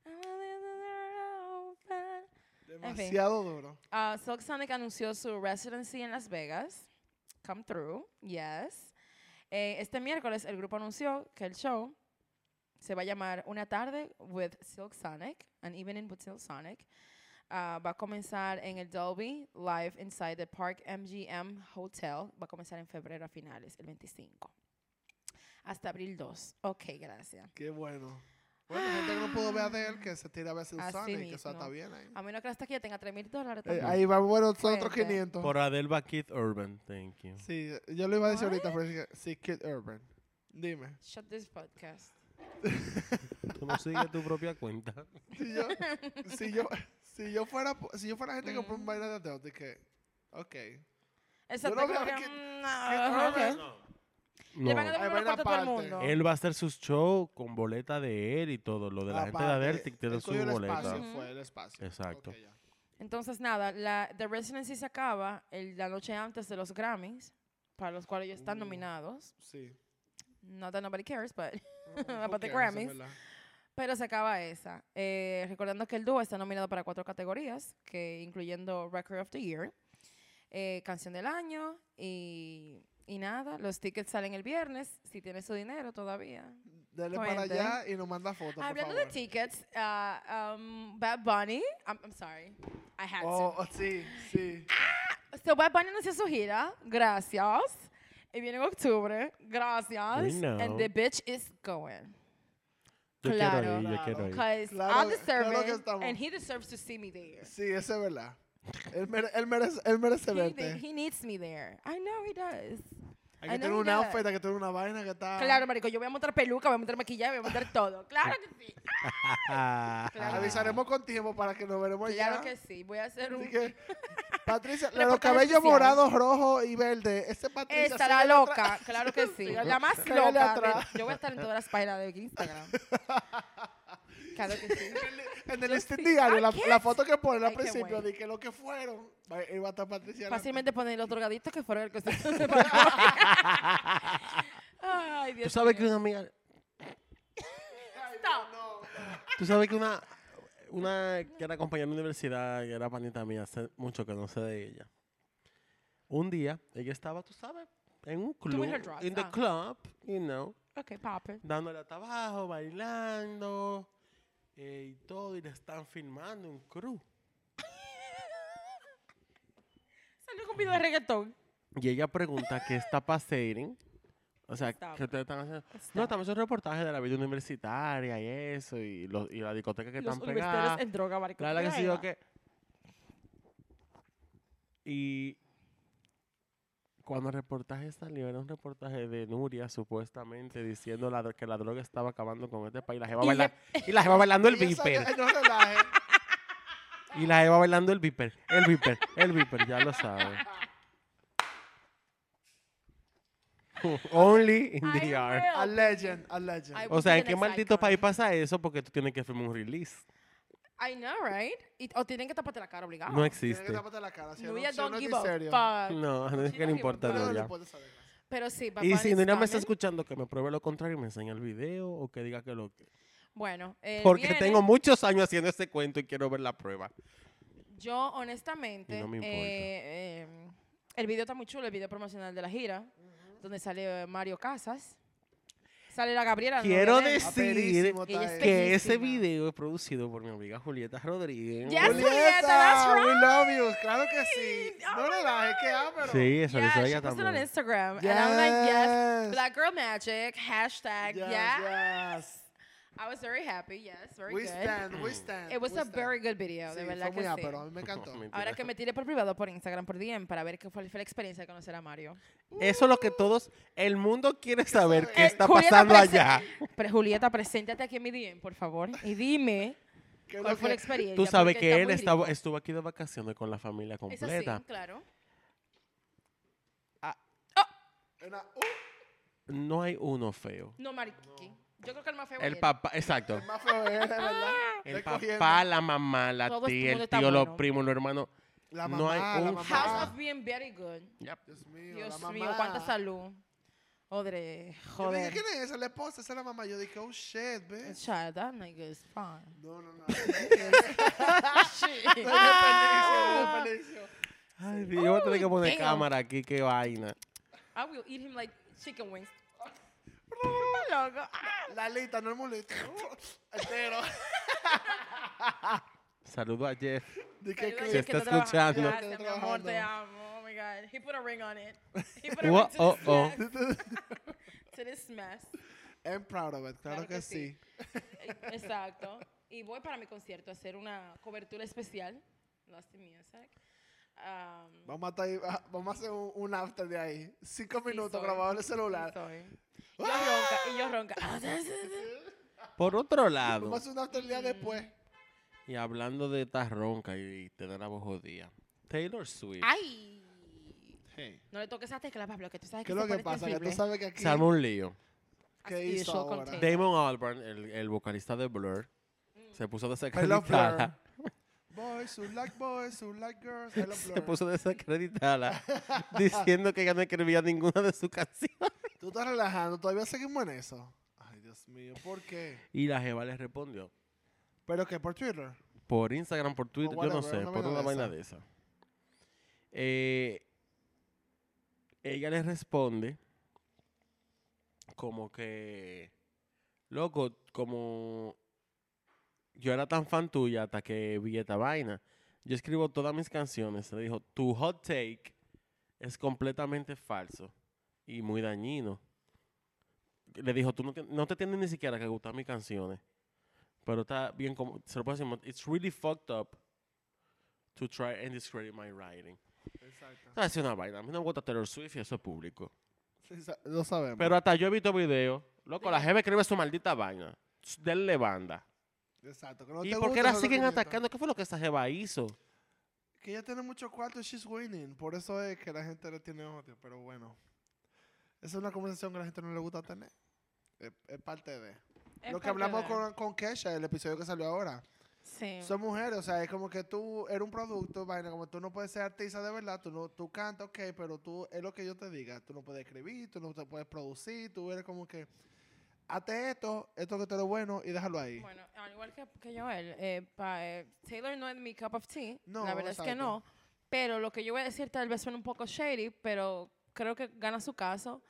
a little girl, fin.
Demasiado duro.
Uh, Silk Sonic anunció su residency en Las Vegas. Come through, yes. Eh, este miércoles el grupo anunció que el show se va a llamar Una tarde with Silk Sonic, an evening with Silk Sonic. Ah, va a comenzar en el Dolby Live Inside the Park MGM Hotel. Va a comenzar en febrero a finales, el 25. Hasta abril 2. Ok, gracias.
Qué bueno. Bueno, gente que no pudo ver de él, que se tira a ver Silk
Así
Sonic, que eso
mismo.
está bien ahí.
A menos que hasta aquí tenga 3 mil dólares.
Eh,
también.
ahí va, bueno, son otros
Fuerte.
500.
Por Adelba Keith Urban, thank you.
Sí, yo lo iba a decir
What?
ahorita, pero es que- sí, Kid Urban. Dime.
Shut this podcast.
Tú no sigues tu
(laughs)
propia cuenta.
Si yo, si yo, si yo fuera, si yo fuera gente que compra un
Mm.
vaina de Adele, de que, ok.
Exacto.
no
como
veo
que,
que-
mm,
no
ah, ok.
veo-
Le van a
No.
devolver
Ay,
los
buena
cuartos a todo el
parte.
mundo.
Él va a hacer sus shows con boleta de él y todo. Lo de la gente de
Aparte,
Adel tic- tiene
él
su
cogió el
boleta.
espacio, fue el espacio.
Exacto.
Ok, ya.
Entonces, nada, la The Residency se acaba el- la noche antes de los Grammys, para los cuales ellos están
Uh.
nominados.
Sí.
Not that nobody cares, but... (laughs)
No,
About the
who cares, en
Grammys.
verdad.
Pero se acaba esa. Eh, recordando que el dúo está nominado para cuatro categorías, que incluyendo Record of the Year, eh, Canción del Año y, y nada. Los tickets salen el viernes, si tiene su dinero todavía.
Dale para
Cuente.
allá y nos manda fotos, por
Hablando de
favor.
tickets, ah, um, Bad Bunny... I'm, I'm sorry, I had to.
Oh, oh, sí, sí.
So Bad Bunny anunció su gira. Gracias. Y viene en octubre. Gracias.
We know.
And the bitch is going.
Yo quiero
Claro.
ir, yo quiero ir.
Because
Claro,
I'm
claro que
deserving
estamos.
and he deserves to see me there.
Sí, eso es verdad. Él, mere- él merece, él merece
He, de-
verte.
he needs me there. I know he does.
Hay
I
que
know
tener
he
un
does.
outfit, hay que tener una vaina que está...
Claro, marico, yo voy a montar peluca, voy a montar maquillaje, voy a montar todo. Claro que sí.
Ah.
Claro.
Avisaremos con tiempo para que nos veremos
Claro
allá.
que sí. Voy a hacer un...
Pues Así
(laughs)
que, Patricia, la de los
Reportaje
cabellos
especial.
morados, rojos y verdes. Ese Patricia...
Estará
síguele atrás.
loca, claro que sí. La más
Síguele
loca.
atrás.
de- yo voy a estar en todas las páginas de
(laughs)
Instagram. Claro que sí.
(laughs) En el
Yo
listing
sí.
diario,
I
la,
can't.
la foto que ponen
I
al
can't
principio
wait.
de que lo que fueron, va- iba a estar Patricia. adelante.
Fácilmente poner los drogadictos que fueron el
(laughs)
que se Ay, Dios
Tú sabes que
mío.
una amiga...
Ay,
Stop.
no, no.
Tú sabes que una... Una que era compañera de la universidad, que era panita mía, hace mucho que no sé de ella. Un día, ella estaba, tú sabes, en un club,
Doing her drugs,
in the
ah.
club, you know,
Ok, papi.
dándole a trabajo, bailando eh, y todo, y le están filmando un crew.
Salió con video de reggaetón.
Y ella pregunta qué está pasando. O sea,
Stop.
¿qué ustedes están haciendo? No,
Stop.
estamos haciendo reportajes de la vida universitaria y eso, y, los- y la discoteca que
Los
están
universitarios
pegadas.
en droga, marico.
La verdad que sí, yo
Mira.
que. Y cuando el reportaje salió, era un reportaje de Nuria, supuestamente, diciendo la, dro- que la droga estaba acabando con este país. La jeva
Y
baila- y la jeva bailando
(laughs)
el
Y esa-
viper.
ay, No relaje.
Y la Eva bailando el viper, el viper, el viper, ya lo sabe. (laughs) Only in
I
the
will.
art.
A legend, a legend.
I-
O sea, ¿en
Women
qué
is
maldito
icon.
país pasa eso? Porque tú tienes que firmar un release.
I know, right? Y- o tienen que taparte la cara obligado.
No
Tiene que
existe.
taparte la cara. Si no,
Nuria
si no
don't
es
give
serio.
a fuck.
No, no es
She don't
que no
give a
importa,
fuck.
No, no
Nuria.
le puedes saber.
Pero sí, papá.
Y si Nuria me está escuchando, que me pruebe lo contrario y me enseñe el video o que diga que lo que.
Bueno, eh, el
Porque
viernes-
tengo muchos años haciendo ese cuento y quiero ver la prueba.
Yo, honestamente,
No me importa.
eh, eh, el video está muy chulo, el video promocional de la gira, donde sale eh, Mario Casas, sale la Gabriela. novia
Quiero
de él.
decir-
Aperísimo
Ella
está
es
él.
Que ese
Bellísima.
video es producido por mi amiga Julieta Rodríguez.
Yes, Julieta, that's
we love you. Claro que sí.
Oh
No
my
relajes, que ah, pero...
Sí,
Yeah,
eso lo hizo
she
ella
posted on
también.
Instagram, and I'm like, yes,
Yes.
Black Girl Magic, hashtag,
Yes,
yeah.
yes.
I was very happy, yes, very
We
good.
stand, we stand.
It was
we
a
stand.
very good video,
Sí,
de
fue
verdad que
muy
sí.
ápero, a mí me encantó.
Mentira.
Ahora que me tire por privado por Instagram, por DM, para ver qué fue, fue la experiencia de conocer a Mario.
Eso es lo que todos, el mundo quiere saber qué
Eh,
está
Julieta
pasando
Prese-
allá.
Pero Julieta, preséntate aquí en mi DM, por favor, y dime
Que
cuál
lo
fue la
que-
experiencia.
Tú sabes
porque
que
está
él
muy
estaba,
rico.
estuvo aquí de vacaciones con la familia
Es así,
completa.
claro.
Una- uh,
No hay uno feo.
No, Mariki. Yo creo que el más feo
El
es él.
papá, exacto.
más feo es, de verdad.
Ah.
El
Estoy cogiendo.
papá, la mamá, la
Todo el
tía,
mundo
el
está
tío, los
bueno.
primos, los hermanos.
La mamá,
no hay
la
un-
mamá.
House of being very good.
Dios mío, la
Dios
mamá.
mío, cuánta salud. Odre,
Yo dije,
joder.
¿quién es esa? La esposa, esa es la mamá. Yo dije, oh, shit, bitch.
Child, that nigga is (laughs) fine.
No, no, no. Estoy
(laughs)
de
Ah.
feliz, estoy de feliz.
Ay, Dios, yo voy a tener que poner
damn.
cámara aquí, qué vaina.
I will eat him like chicken wings. Está loco. Ah.
La lita, no es molesta. Entero.
Saludo a Jeff.
Dije
Saludos,
Se
Jeff,
que
que
está
te trabaja.
escuchando.
Gracias, mi amor, te
Trabajando.
amo. Oh my God. He put a ring on it. He put a
Whoa,
ring to
oh,
this
oh.
mess. (laughs) To this mess.
I'm proud of it. Claro
Claro
que
que
sí.
Eh, Exacto. Y voy para mi concierto a hacer una cobertura especial. Lost in Music. Um,
Vamos a, estar ahí- ah, vamos a hacer un, un after de ahí. Cinco
sí
minutos
soy,
grabado en el
sí
celular. ¡Ah!
soy.
(laughs)
Yo ronca, y yo ronca. (laughs)
Por otro
Vamos a
lado,
hacer un after el día después.
y hablando de esta ronca y tener la voz jodida, Taylor Swift
¡Ay!
Hey.
No le toques esa tecla, Pablo, que tú sabes
¿Qué
que
es
se
lo que
pone
pasa? Que tú
terrible.
sabes que aquí...
se armó un lío.
¿Qué
As
hizo
usual con
ahora?
Taylor.
Damon Albarn, el, el vocalista de Blur, se puso
I love Blur.
desacreditada.
Boys who like boys who like girls. I love
Se
Blur.
puso
(laughs)
desacreditada diciendo que ella no escribía ninguna de sus canciones.
Tú estás relajando. Todavía seguimos en eso. Ay, Dios mío. ¿Por qué?
Y la Jeva le respondió
¿Pero qué? ¿Por Twitter?
por Instagram, por Twitter, yo no
whatever,
sé,
una
por
vaina
una
de
vaina
esa.
de esa. Eh, ella le responde como que, loco, como yo era tan fan tuya hasta que vi esta vaina. Yo escribo todas mis canciones. Le dijo, tu hot take es completamente falso y muy dañino. Le dijo, tú no te, no te tienes ni siquiera que gustar mis canciones. Pero está bien como, se lo puedo decir, it's really fucked up to try and discredit my writing.
Exacto.
No, es una vaina. A mí no me gusta Taylor Swift y eso es público.
Sí, sa- lo sabemos.
Pero hasta yo he visto videos. Loco, la jefe escribe su maldita vaina. Ts, Denle banda.
Exacto. Que no
¿Y
te
por qué
gusta,
la
no te
siguen
gusta.
atacando? ¿Qué fue lo que esa jeva hizo?
Que ella tiene mucho cuarto y she's winning. Por eso es que la gente le tiene odio. Pero bueno. Esa es una conversación que a la gente no le gusta tener. Es, es parte de.
Es
Lo que
parte
hablamos
de-
con, con Kesha, el episodio que salió ahora.
Sí.
Son mujeres, o sea, es como que tú eres un producto, vaina, como tú no puedes ser artista de verdad, tú no, tú cantas, ok, pero tú es lo que yo te diga, tú no puedes escribir, tú no te puedes producir, tú eres como que hazte esto, esto que te lo bueno y déjalo ahí.
Bueno, al igual que, que Joel, eh, pa- eh, Taylor no es mi cup of tea.
No,
la verdad es que
exacto.
no. Pero lo que yo voy a decir tal vez suena un poco shady, pero creo que gana su caso.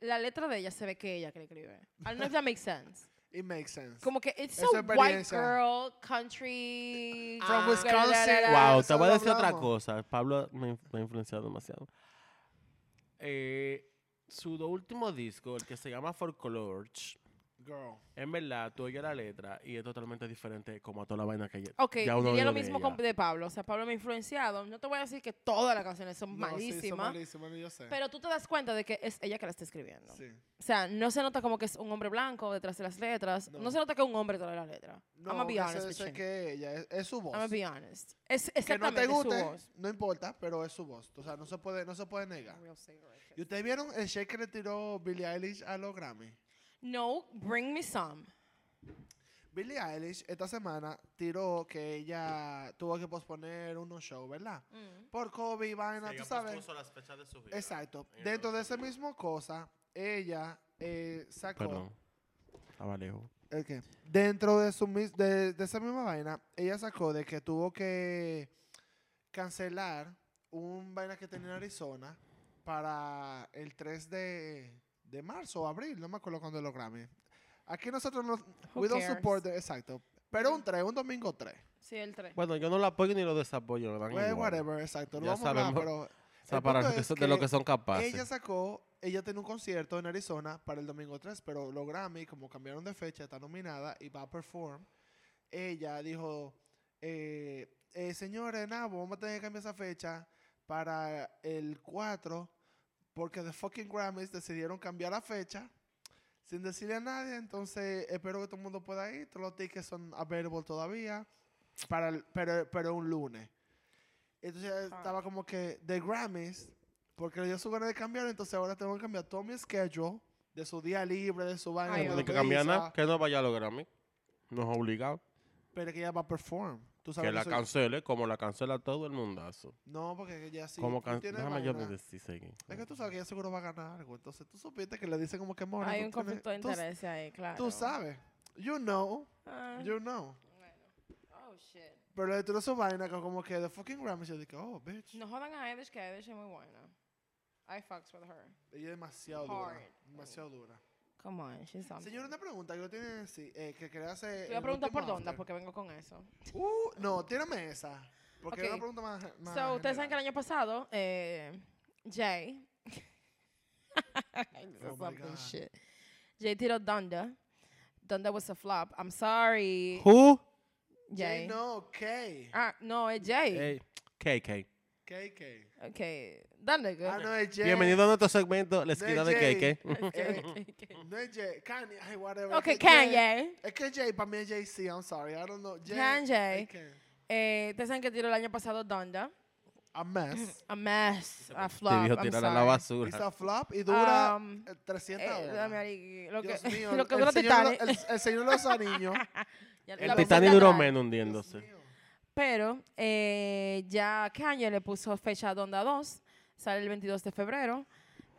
La letra de ella se ve que ella que la escribe. I don't know if that makes sense.
It makes sense.
Como que it's
Es
a
su
white
experiencia. Ah.
girl, country.
From
da, da, da, da,
Wisconsin.
da.
Wow,
eso
te voy a
lo
decir otra
hablamos.
cosa. Pablo me, inf- me ha influenciado demasiado. Eh, su do- último disco, el que se llama Folklore,
Girl.
en verdad, tú oyes la letra y es totalmente diferente como a toda la vaina que ella.
Ok,
ya uno
diría
oyó
lo
de
mismo
ella.
con- de Pablo. O sea, Pablo me ha influenciado. No te voy a decir que todas las canciones son
No, sí,
malísimas,
son malísimas, no, yo sé.
pero tú te das cuenta de que es ella que la está escribiendo.
Sí.
O sea, no se nota como que es un hombre blanco detrás de las letras. No,
No.
se nota que es un hombre detrás de las letras.
No,
I'm gonna be
que
honest
se-
with
se-
you.
que ella, es, es su
I'm
voz.
gonna be honest. Es
que no
exactamente
te guste,
su voz.
no importa, pero es su voz. O sea, no se puede, no se puede negar. ¿Y ustedes vieron el shake que le tiró Billie Eilish a los Grammy?
No, bring me some.
Billie Eilish esta semana tiró que ella tuvo que posponer unos shows, ¿verdad?
Mm.
Por COVID, y vaina, tú sabes. Exacto.
en el
Dentro de esa misma cosa, ella eh, sacó.
Perdón. Estaba lejos.
¿El qué? Dentro de, su, mis- de, de esa misma vaina, ella sacó de que tuvo que cancelar un vaina que tenía en Arizona para el 3 de, de marzo o abril, no me acuerdo cuándo lo Grammy. Aquí nosotros no...
Who
we don't
cares?
support the- exacto. Pero un 3, un domingo 3.
Sí, el 3.
Bueno, yo no lo apoyo ni lo desapoyo. Me dan
Well,
igual.
Pues, whatever, exacto. Lo
Ya
vamos a hablar,
sabemos.
pero
O sea,
El
para
punto
lo que
es
son- de lo
que
que son capaces.
Ella sacó, ella tiene un concierto en Arizona para el domingo 3, pero los Grammy, como cambiaron de fecha, está nominada y va a perform. Ella dijo, eh, eh, señores, nada, vamos a tener que cambiar esa fecha para el 4, porque The fucking Grammys decidieron cambiar la fecha sin decirle a nadie, entonces espero que todo el mundo pueda ir, todos los tickets son available todavía, para el- pero, pero un lunes. Entonces estaba como que The Grammys porque le dio su gana de cambiar, entonces ahora tengo que cambiar todo mi schedule de su día libre, de su baño.
Ay, Dios.
No tiene que cambiar nada, que no vaya a lograr a mí. Nos ha obligado.
Pero que ella va a perform. Tú sabes
Que la
eso-
cancele como la cancela todo el mundazo.
No, porque ella sí.
como
tú
can-
tienes
Déjame yo
vaina.
decir seguir.
Es que tú sabes que ella seguro va a ganar algo. Entonces tú supiste que le dicen como que mora.
Hay
tú
un
tienes-
conflicto de
tú-
interés ahí, claro.
Tú sabes. You know.
Ah,
You know.
Oh, shit.
Pero le tiró su vaina que como que the fucking Grammys. Yo dije, oh, bitch.
No jodan a Edish, que Edish es muy buena. I fucks with her.
Ella es demasiado
Hard.
dura. Demasiado dura.
Come on, she's something.
Señor, una pregunta que yo tiene sí, eh, que quería hacer.
Te voy a
el
preguntar por
último
Donda,
after.
porque vengo con eso.
Uh, no, tírame esa. Porque es
Ok.
una pregunta más. más
So, ustedes saben que el
general.
año pasado, eh, Jay. (laughs) This is
Oh my
something
God.
shit. Jay tiró Donda. Donda was a flop. I'm sorry. Jay.
Who?
Oh, Jay, no, K.
Ah, no, es Jay.
Ey, KK.
K, K.
Ok, that nigga.
Ah, no, es Jay.
Bienvenido a nuestro segmento, la
No
esquina
es
de
Jay.
KK.
(laughs)
Eh,
Ok,
No es Jay. Kanye. Ay, whatever. es
okay
que Jay-
Kanye.
Es que Jay, para mí es Jay-Z. I'm sorry. I don't know. Jay.
Kanye.
ok.
Eh, ustedes saben que tiró el año pasado Donda.
A
(laughs)
mess.
A mess, a
Te
flop.
dijo
I'm
tirar a
sorry.
la basura.
It's a flop y dura
Um,
eh, 300
Eh,
horas.
marica, (laughs) lo que,
Dios mío,
lo que
el
dura
señor de
Titanic.
lo- el- el señor de los
(laughs)
anillos.
Ya
El
la
Titanic
vamos a
duró
atrás.
menos
Dios
hundiéndose.
mío.
Pero eh, ya Kanye le puso fecha a Donda 2. Sale el 22 de febrero.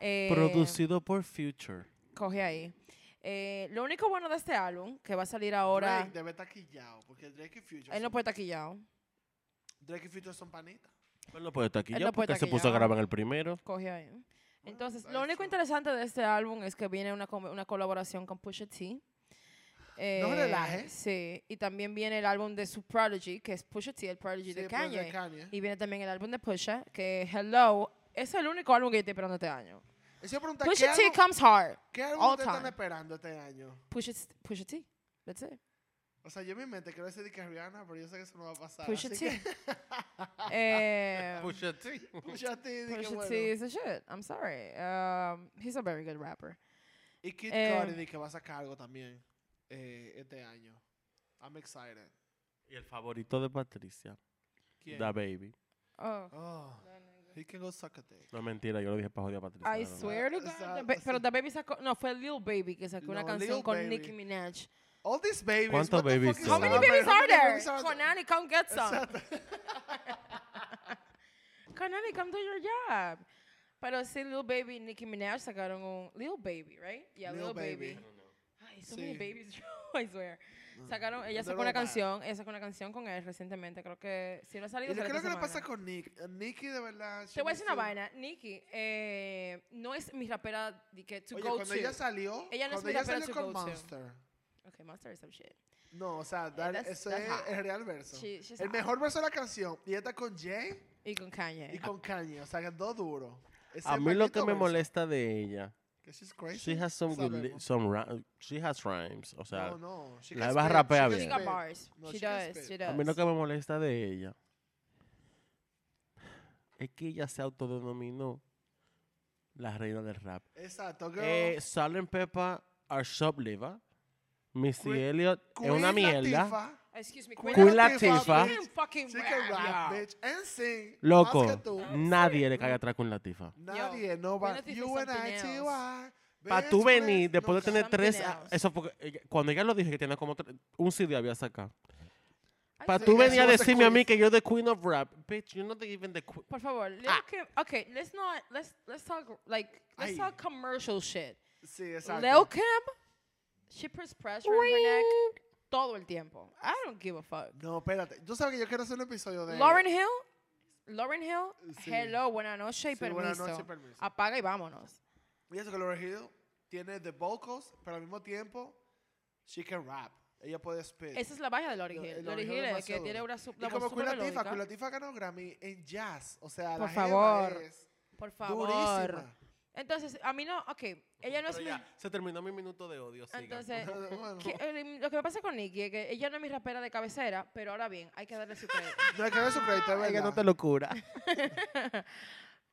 Eh,
Producido por Future.
Coge ahí. Eh, lo único bueno de este álbum, que va a salir ahora...
Drake debe estar quillado. Porque Drake y Future.
él no
son-
puede estar quillado.
Drake y Future son panitas.
Él no puede estar aquí
Él
ya
no puede
porque
estar aquí
se puso a
ya.
grabar en el primero.
Coge ahí. Entonces,
that
lo
is
único
true.
interesante de este álbum es que viene una, com- una colaboración con Pusha T. Eh,
relaje.
Sí, y también viene el álbum de su Prodigy, que es Pusha T, el Prodigy
Sí,
de
pues,
Kanye.
de Kanye.
Y viene también el álbum de Pusha, que es Hello. Es el único álbum que yo estoy esperando este año.
Ese pregunta, ¿qué
Pusha T
álbum-
comes hard.
¿Qué álbum
All
ustedes están
time.
esperando este año?
Pusha, T- Pusha T. That's it.
O sea, yo en mi mente quiero decir que Rihanna, pero yo sé que eso no va a pasar.
Pusha
así
T.
que-
(laughs) Eh,
Pusha T.
Pusha T, di que
Pusha
bueno.
T is the shit. I'm sorry. Um, he's a very good rapper.
Y Kid
Eh,
Cudi di que va a sacar algo también eh, este año. I'm excited.
Y el favorito de Patricia,
¿Quién?
Da Baby.
Oh.
Oh, he can go suck a dick.
No mentira, yo lo dije para joder a Patricia.
I
nada más.
swear to
O
God.
sea,
the ba-
o
pero
sea-
The Baby sacó. No, fue Lil Baby que sacó una
No,
canción
Lil
con
Baby.
Nicki Minaj.
All these babies.
¿Cuántos
what the fuck
babies
is
son?
How
How
that?
many
many
babies
How
are
many
there?
babies are
Konani, come get some.
Exacto.
(laughs) Konani, come do your job. Pero sí, Lil Baby y Nicki Minaj sacaron un. Lil Baby, right? Yeah, Lil,
Lil
Baby.
Baby.
Ay, so many
Sí.
babies, (laughs) I swear.
Mm.
Sacaron, ella
They're
sacó una
all bad.
canción, ella sacó una canción con él recientemente, creo que si no ha
Y
salido
yo
sale
creo que
esta
le pasa
semana.
con Nick. Eh, Nicki, de verdad.
Te
she
voy a
needs
decir una
to-
vaina, Nicki, eh, no es mi rapera de que to
Oye,
go
cuando
to.
ella salió,
Ella no es
cuando
mi
ella
rapera
salió
to
con
go to.
Monster.
Okay, Monster is some shit.
No, o sea, dar-
that's-
eso
that's
es
hot.
el real verso.
She- she's
el
hot.
mejor verso de la canción. Y esta con Jay
Y con Kanye.
y con Kanye. O sea, que dos duro. Ese
A mí lo que
maldito
me
verso,
molesta de ella,
que she's crazy,
she has some good, li-
sabemos.
some ri- she has rhymes, o sea,
no, no. she
la
can
va a
spit,
rapear
she
She
bien.
can
got
spit.
bars.
No,
she,
she can
does.
spit.
She
a
does.
mí lo que me molesta de ella es que ella se autodenominó la reina del rap.
Exacto, girl.
Eh, Salen Peppa, Arshop Liva, Missy
Queen-
Elliott, es una
Queen
mierda.
Latifah,
Excuse me.
Queen
Queen
Latifah,
Latifah.
She can fucking
She
rap,
can rap,
y'all.
bitch. And sing.
Loco,
Más que tú.
nadie le cae atrás con Latifa.
Nadie, no va.
Latifah is
You and I,
something
T.Y.
Para tú
bitch,
venir,
please.
después de
Nunca.
tener
Something
tres... a-
else.
Eso porque, ella- cuando ella lo dije, que tenía como tre- un CD había sacado.
Ay,
Para
sí.
tú
Venga,
venir a
somos the
decirme a mí
queens.
que yo the queen of rap. Bitch, you're not even the queen.
Por favor, Lil
Ah.
Kim. Okay, let's not. Let's let's talk like let's
Ay.
talk commercial shit.
Sí, exacto.
Lil Kim, She puts pressure on her neck todo el tiempo. I don't give a fuck.
No, espérate. Yo sabes que yo quiero hacer un episodio de.
Lauren Hill, Lauren Hill,
Sí.
hello, buena noche y
Sí,
permiso.
buenas noches, permiso.
Apaga y vámonos.
Y eso que Lauren Hill tiene the vocals, pero al mismo tiempo, she can rap. Ella puede spit.
Esa es la vaina de Lauren
Lo-
Hill.
el
Lauren
Lauryn
Hill es
Hill es
que
demasiado
tiene
duro.
una sub
y
super
como Queen Latifah,
melódica.
Queen Latifah ganó Grammy en jazz. O sea,
Por
la jeva
favor.
es
Por favor. (laughs)
durísima.
Entonces, a mí no, ok, ella no es
Pero
mi...
ya, se terminó mi minuto de odio. sigan. (laughs)
Entonces,
Bueno,
que- el- lo que me pasa con Nicki es que ella no es mi rapera de cabecera, pero ahora bien, hay que darle su crédito.
no hay que ver su crédito, es
Ay, que
verdad.
no te lo cura.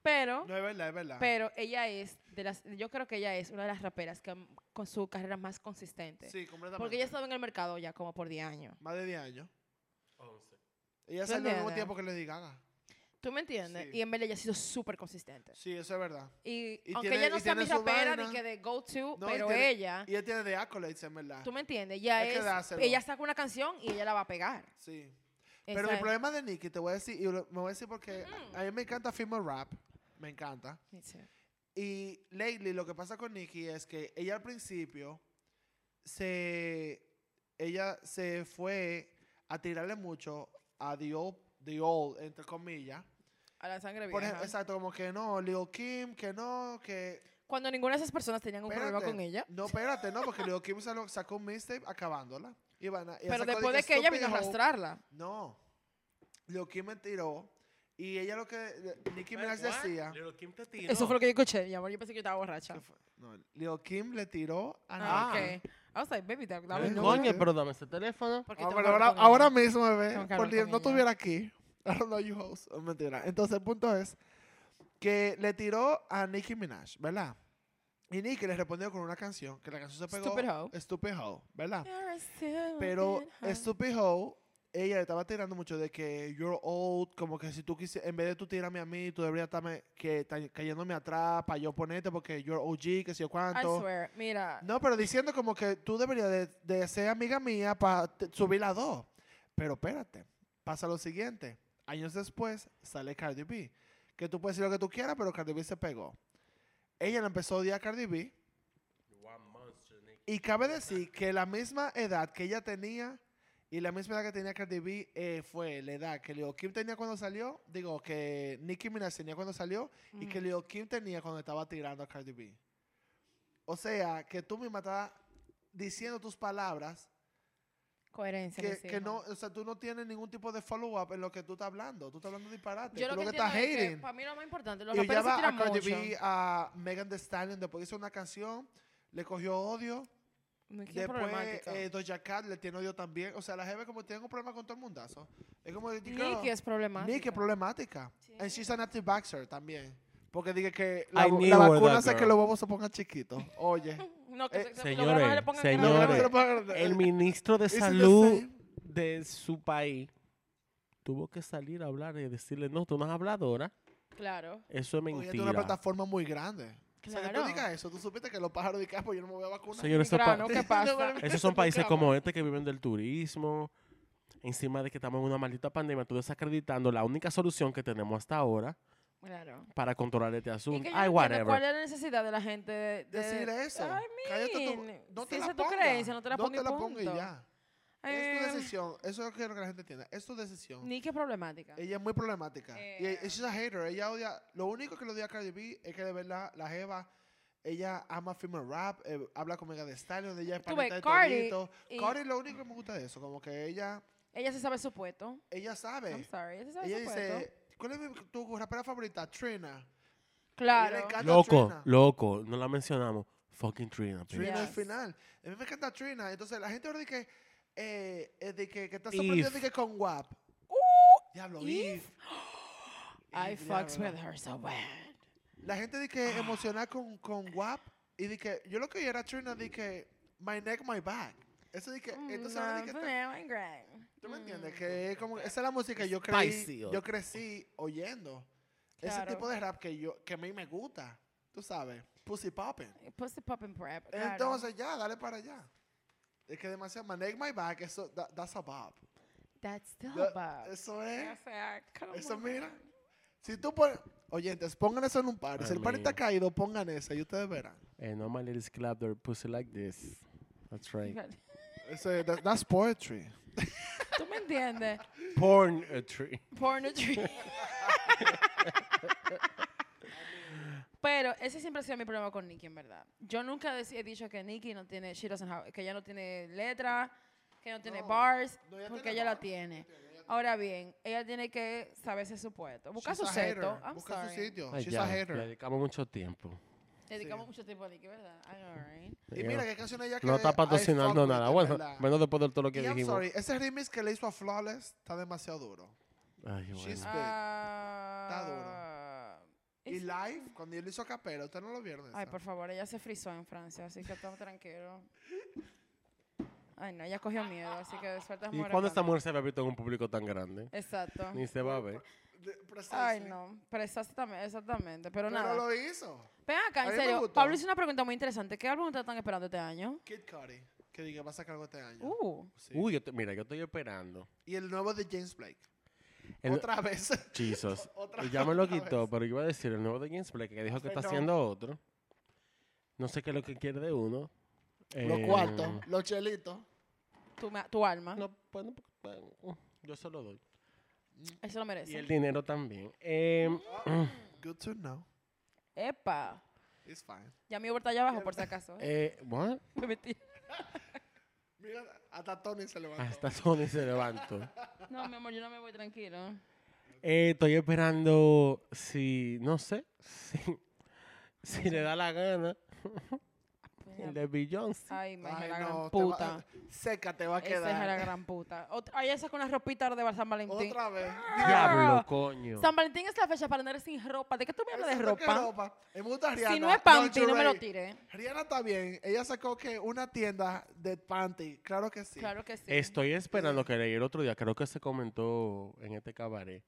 Pero,
No, es verdad, es verdad.
pero ella es de las, yo creo que ella es una de las raperas que han- con su carrera más consistente.
sí, completamente.
porque ella estaba en el mercado ya como por 10 años.
Más de 10 años.
Once.
Ella
¿Tú
salió al mismo
entiendes?
tiempo que Lady Gaga.
¿Tú me entiendes?
Sí.
Y en verdad ella ha sido súper consistente.
Sí, eso es verdad.
Y,
Y
aunque
tiene-
ella no
y
sea
tiene
mi
su
rapera ni
vaina.
que de go-to,
No, y
pero
tiene-
ella,
Y ella tiene de accolades, en verdad.
tú me entiendes, ella
Hay que
es,
dárselo.
ella saca una canción y ella la va a pegar.
Sí.
Esa
Pero mi
es-
problema de Nicki, te voy a decir, y lo- me voy a decir porque
Mm.
a, a mí me encanta female rap, me encanta.
Sí.
Y lately lo que pasa con Nicki es que ella al principio se ella se fue a tirarle mucho a the old, the old entre comillas.
A la sangre
Por
vieja.
ejemplo, exacto, como que no, Lil Kim, que no, que
Cuando ninguna de esas personas tenían un problema
Espérate.
con ella.
No, espérate, no, porque Lil Kim salo- sacó un mixtape acabándola. Y van a- y
Pero
sacó
después
que
de que ella vino a
Stupid Hoe.
arrastrarla.
No. Lil Kim me tiró. Y ella lo que. Nicki Minaj decía.
Eso fue lo que yo escuché, mi amor. Yo pensé que yo estaba borracha.
No, Lil Kim le tiró a
Ah,
Nicki.
ok. I was like, baby, that, that
Ay,
was
no,
Coño,
porque-
pero dame ese teléfono.
Porque
Ah,
tengo
pero
que hablar
ahora,
con ella.
ahora mismo, bebé,
Tengo que hablar
por Dios,
con
no
ella.
estuviera aquí. (laughs) I don't know you hoes. Oh, Mentira. Entonces, el punto es que le tiró a Nicki Minaj, ¿verdad? Y Nicki le respondió con una canción, que la canción se pegó.
Stupid Hoe.
Stupid Hoe, ¿verdad?
You're a stupid
Pero
hoe.
Stupid Hoe, ella le estaba tirando mucho de que you're old, como que si tú quisieras, en vez de tú tirarme a mí, tú deberías estarme que, ta- cayéndome atrás para yo ponerte porque you're OG, que sé yo
I
cuánto.
swear, mira.
No, pero diciendo como que tú deberías de, de ser amiga mía para subir las dos. Pero espérate, pasa lo siguiente. Años después sale Cardi B. Que tú puedes decir lo que tú quieras, pero Cardi B se pegó. Ella le empezó a odiar a Cardi B. Y cabe decir que la misma edad que ella tenía y la misma edad que tenía Cardi B eh, fue la edad que Lil Kim tenía cuando salió, digo, que Nicki Minaj tenía cuando salió y que
Ujú.
Lil Kim tenía cuando estaba tirando a Cardi B. O sea, que tú misma estás diciendo tus palabras
Coherencia.
que,
mis
que
hijos.
no, o sea, tú no tienes ningún tipo de follow-up en lo que tú estás hablando. Tú estás hablando disparate.
Yo
tú
lo que,
estás
entiendo es que
hating.
para mí lo más importante, los
y ah,
raperos se
lleva
tiran
a Cardi
mucho.
B, a Megan Thee Stallion, después hizo una canción, le cogió odio.
Muy qué
Después,
problemática.
eh, Doja Cat le tiene odio también. O sea, la jefe como tiene un problema con todo el mundazo. Es como...
Nicki es problemática.
Nicki es problemática.
Sí.
And she's an active boxer también. Porque dije que la,
I
la
knew it,
vacuna
that
hace que
girl.
los huevos se pongan chiquitos. Oye.
No, que
Eh,
se- se-
señores,
los problemas le pongan que no,
Los huevos
señores.
se le pongan-
El ministro de
Is it the
salud
same?
de su país tuvo que salir a hablar y decirle, no, tú no has hablado ahora.
Claro.
Eso es
Oye, tiene una
mentira.
plataforma muy grande. O sea, que
Claro.
tú digas eso, tú supiste que los pájaros de campo yo no me voy a vacunar.
Señores, esos,
Grano,
pa-
¿qué
No,
pasa?
(laughs) no,
esos son países
Claro.
como este que viven del turismo. Encima de que estamos en una maldita pandemia, tú desacreditando la única solución que tenemos hasta ahora
Claro.
para controlar este
Y
asunto.
que yo
Ay,
no entiendo ¿Cuál
whatever.
es la necesidad de la gente de, de-
Decir eso.
Ay,
Cállate tú.
mean,
No
si
te la
esa es tu
pongas.
creencia, no te la pongas y
pongas y
punto.
ya. Es tu
eh,
decisión. Eso es lo que quiero que la gente entienda. Es tu decisión.
Nicki es problemática.
Ella es muy problemática. Y
Eh.
e- she's a hater. Ella odia. Lo único que lo odia a Cardi B es que de verdad la Jeva. Ella ama female rap, eh, habla con Mega de Stallion, ella es
Tú ves,
panita de
Cardi
todito.
y-
Cardi lo único que me gusta de eso, como que ella,
Ella se sabe su puesto.
ella
I'm
sabe.
sorry. Ella se sabe
Ella
su puesto.
dice, ¿cuál es mi- tu rapera favorita? Trina.
claro.
le encanta
Loco,
Trina.
loco, no la mencionamos. Fucking Trina. baby.
Trina al
Yes.
final. A mí me encanta Trina. Entonces la gente ahora dice que, eh, eh, de que, que está
If.
sorprendida de que con WAP. Diablo,
Uh, if.
if.
I
If,
fucks
diablo.
with her so bad.
La gente dice que emocionada con, con WAP y dice que yo lo que oí era Trina dice que my neck, my back. Eso dice que
Mm,
entonces ahora
pues,
di que está- tú me entiendes que es como esa es la música que yo creí,
Spicy, oh.
yo crecí oyendo. Ese
Claro.
tipo de rap que yo que a mí me gusta, tú sabes, pussy popping.
Pussy pop and prep. Claro.
Entonces ya, dale para allá. Es que demasiado my neck, my back, eso that- that's a bop.
That's still
Da-
about.
Eso
O
es,
sea, come
eso
on.
mira. Si tú pones, oyentes, pongan eso en un par. Si el par
Amén. Eh,
está caído, pongan ese y ustedes verán.
And all my ladies clap their pussy like this. That's right.
Fíjate.
Eso es- that- that's poetry.
¿Tú me entiendes?
Porn eh, a tree.
Pornography.
(laughs)
Pero ese siempre ha sido mi problema con Nicki, en verdad. Yo nunca dec- he dicho que Nicki no tiene, she doesn't have- que ella no tiene letra, que no tiene
No,
bars,
no, ella
porque
tiene
ella la
bars,
tiene. Ahora bien, ella tiene que saberse su puesto. Busca
She's
su
a
seto.
hater.
I'm
Busca
sorry.
su sitio.
Ay,
She's
ya,
a
le
hater.
dedicamos mucho tiempo.
Dedicamos mucho tiempo a Nicki, ¿verdad? I know, right?
Y mira qué canción ella que
no está
I fuck with,
patrocinando
en
nada. Bueno,
verdad.
menos después de todo lo
Y
que
I'm
dijimos.
sorry, ese remix que le hizo a Flawless está demasiado duro.
Ay,
She's-
bueno.
Ah,
Y
es-
live, cuando él hizo capela, usted no lo vieron.
Ay,
esa?
por favor, ella se frizó en Francia, así que estamos tranquilos. Ay, no, ella cogió miedo, así que sueltas
¿Y cuándo esta mujer se había visto en un público tan grande?
Exacto.
Ni se va a ver.
De- precisely.
Ay, no, pero exactamente, exactamente, pero,
Pero
nada.
lo hizo.
Ven acá,
a
en
mí me
serio,
gustó.
Pablo hizo una pregunta muy interesante. ¿Qué álbum ustedes están esperando este año?
Kid Cudi, que diga, va a sacar algo este año.
Uh,
Sí.
Uy, yo te- mira, yo estoy esperando.
Y el nuevo de James Blake.
El-
Otra vez. (laughs)
Jesus.
Otra-
(laughs) Y ya me lo
otra
quitó,
vez.
pero iba a decir el nuevo de James Blake que dijo que está
Perdón.
haciendo otro. No sé qué es lo que quiere de uno.
los
Eh, ah,
cuartos, los chelitos.
tu, ma- tu alma,
No, bueno, bueno, uh, yo se lo doy.
eso lo merece.
Y el dinero también. Eh,
Good to know.
Epa,
It's fine.
ya mi Uber está allá abajo por si
(laughs)
acaso. ¿eh?
eh, what?
Me metí.
Mira, hasta Tony se levantó.
Hasta Ah, Sony se levantó.
No, mi amor, yo no me voy tranquilo.
Eh, estoy esperando si, no sé, (laughs) si, si le da la gana el de Beyoncé.
Ay, me
Ay,
la gran
no, te va- eh,
puta.
seca te va a
Esa es la
quedar.
gran puta. Otra, ay, esa con la ropita ahora de Bar- San Valentín.
Otra vez.
Ah,
Diablo, coño.
San Valentín es la fecha para andar sin ropa. ¿De qué tú me hablas de
Exacto, ¿qué
ropa?
Eh, Me gusta Rihanna.
Si no es panty, no me
lingerie.
lo tires.
Rihanna está bien. Ella sacó que una tienda de panty. Claro que sí.
Claro que sí.
Estoy esperando que leí el otro día, creo que se comentó en este cabaret,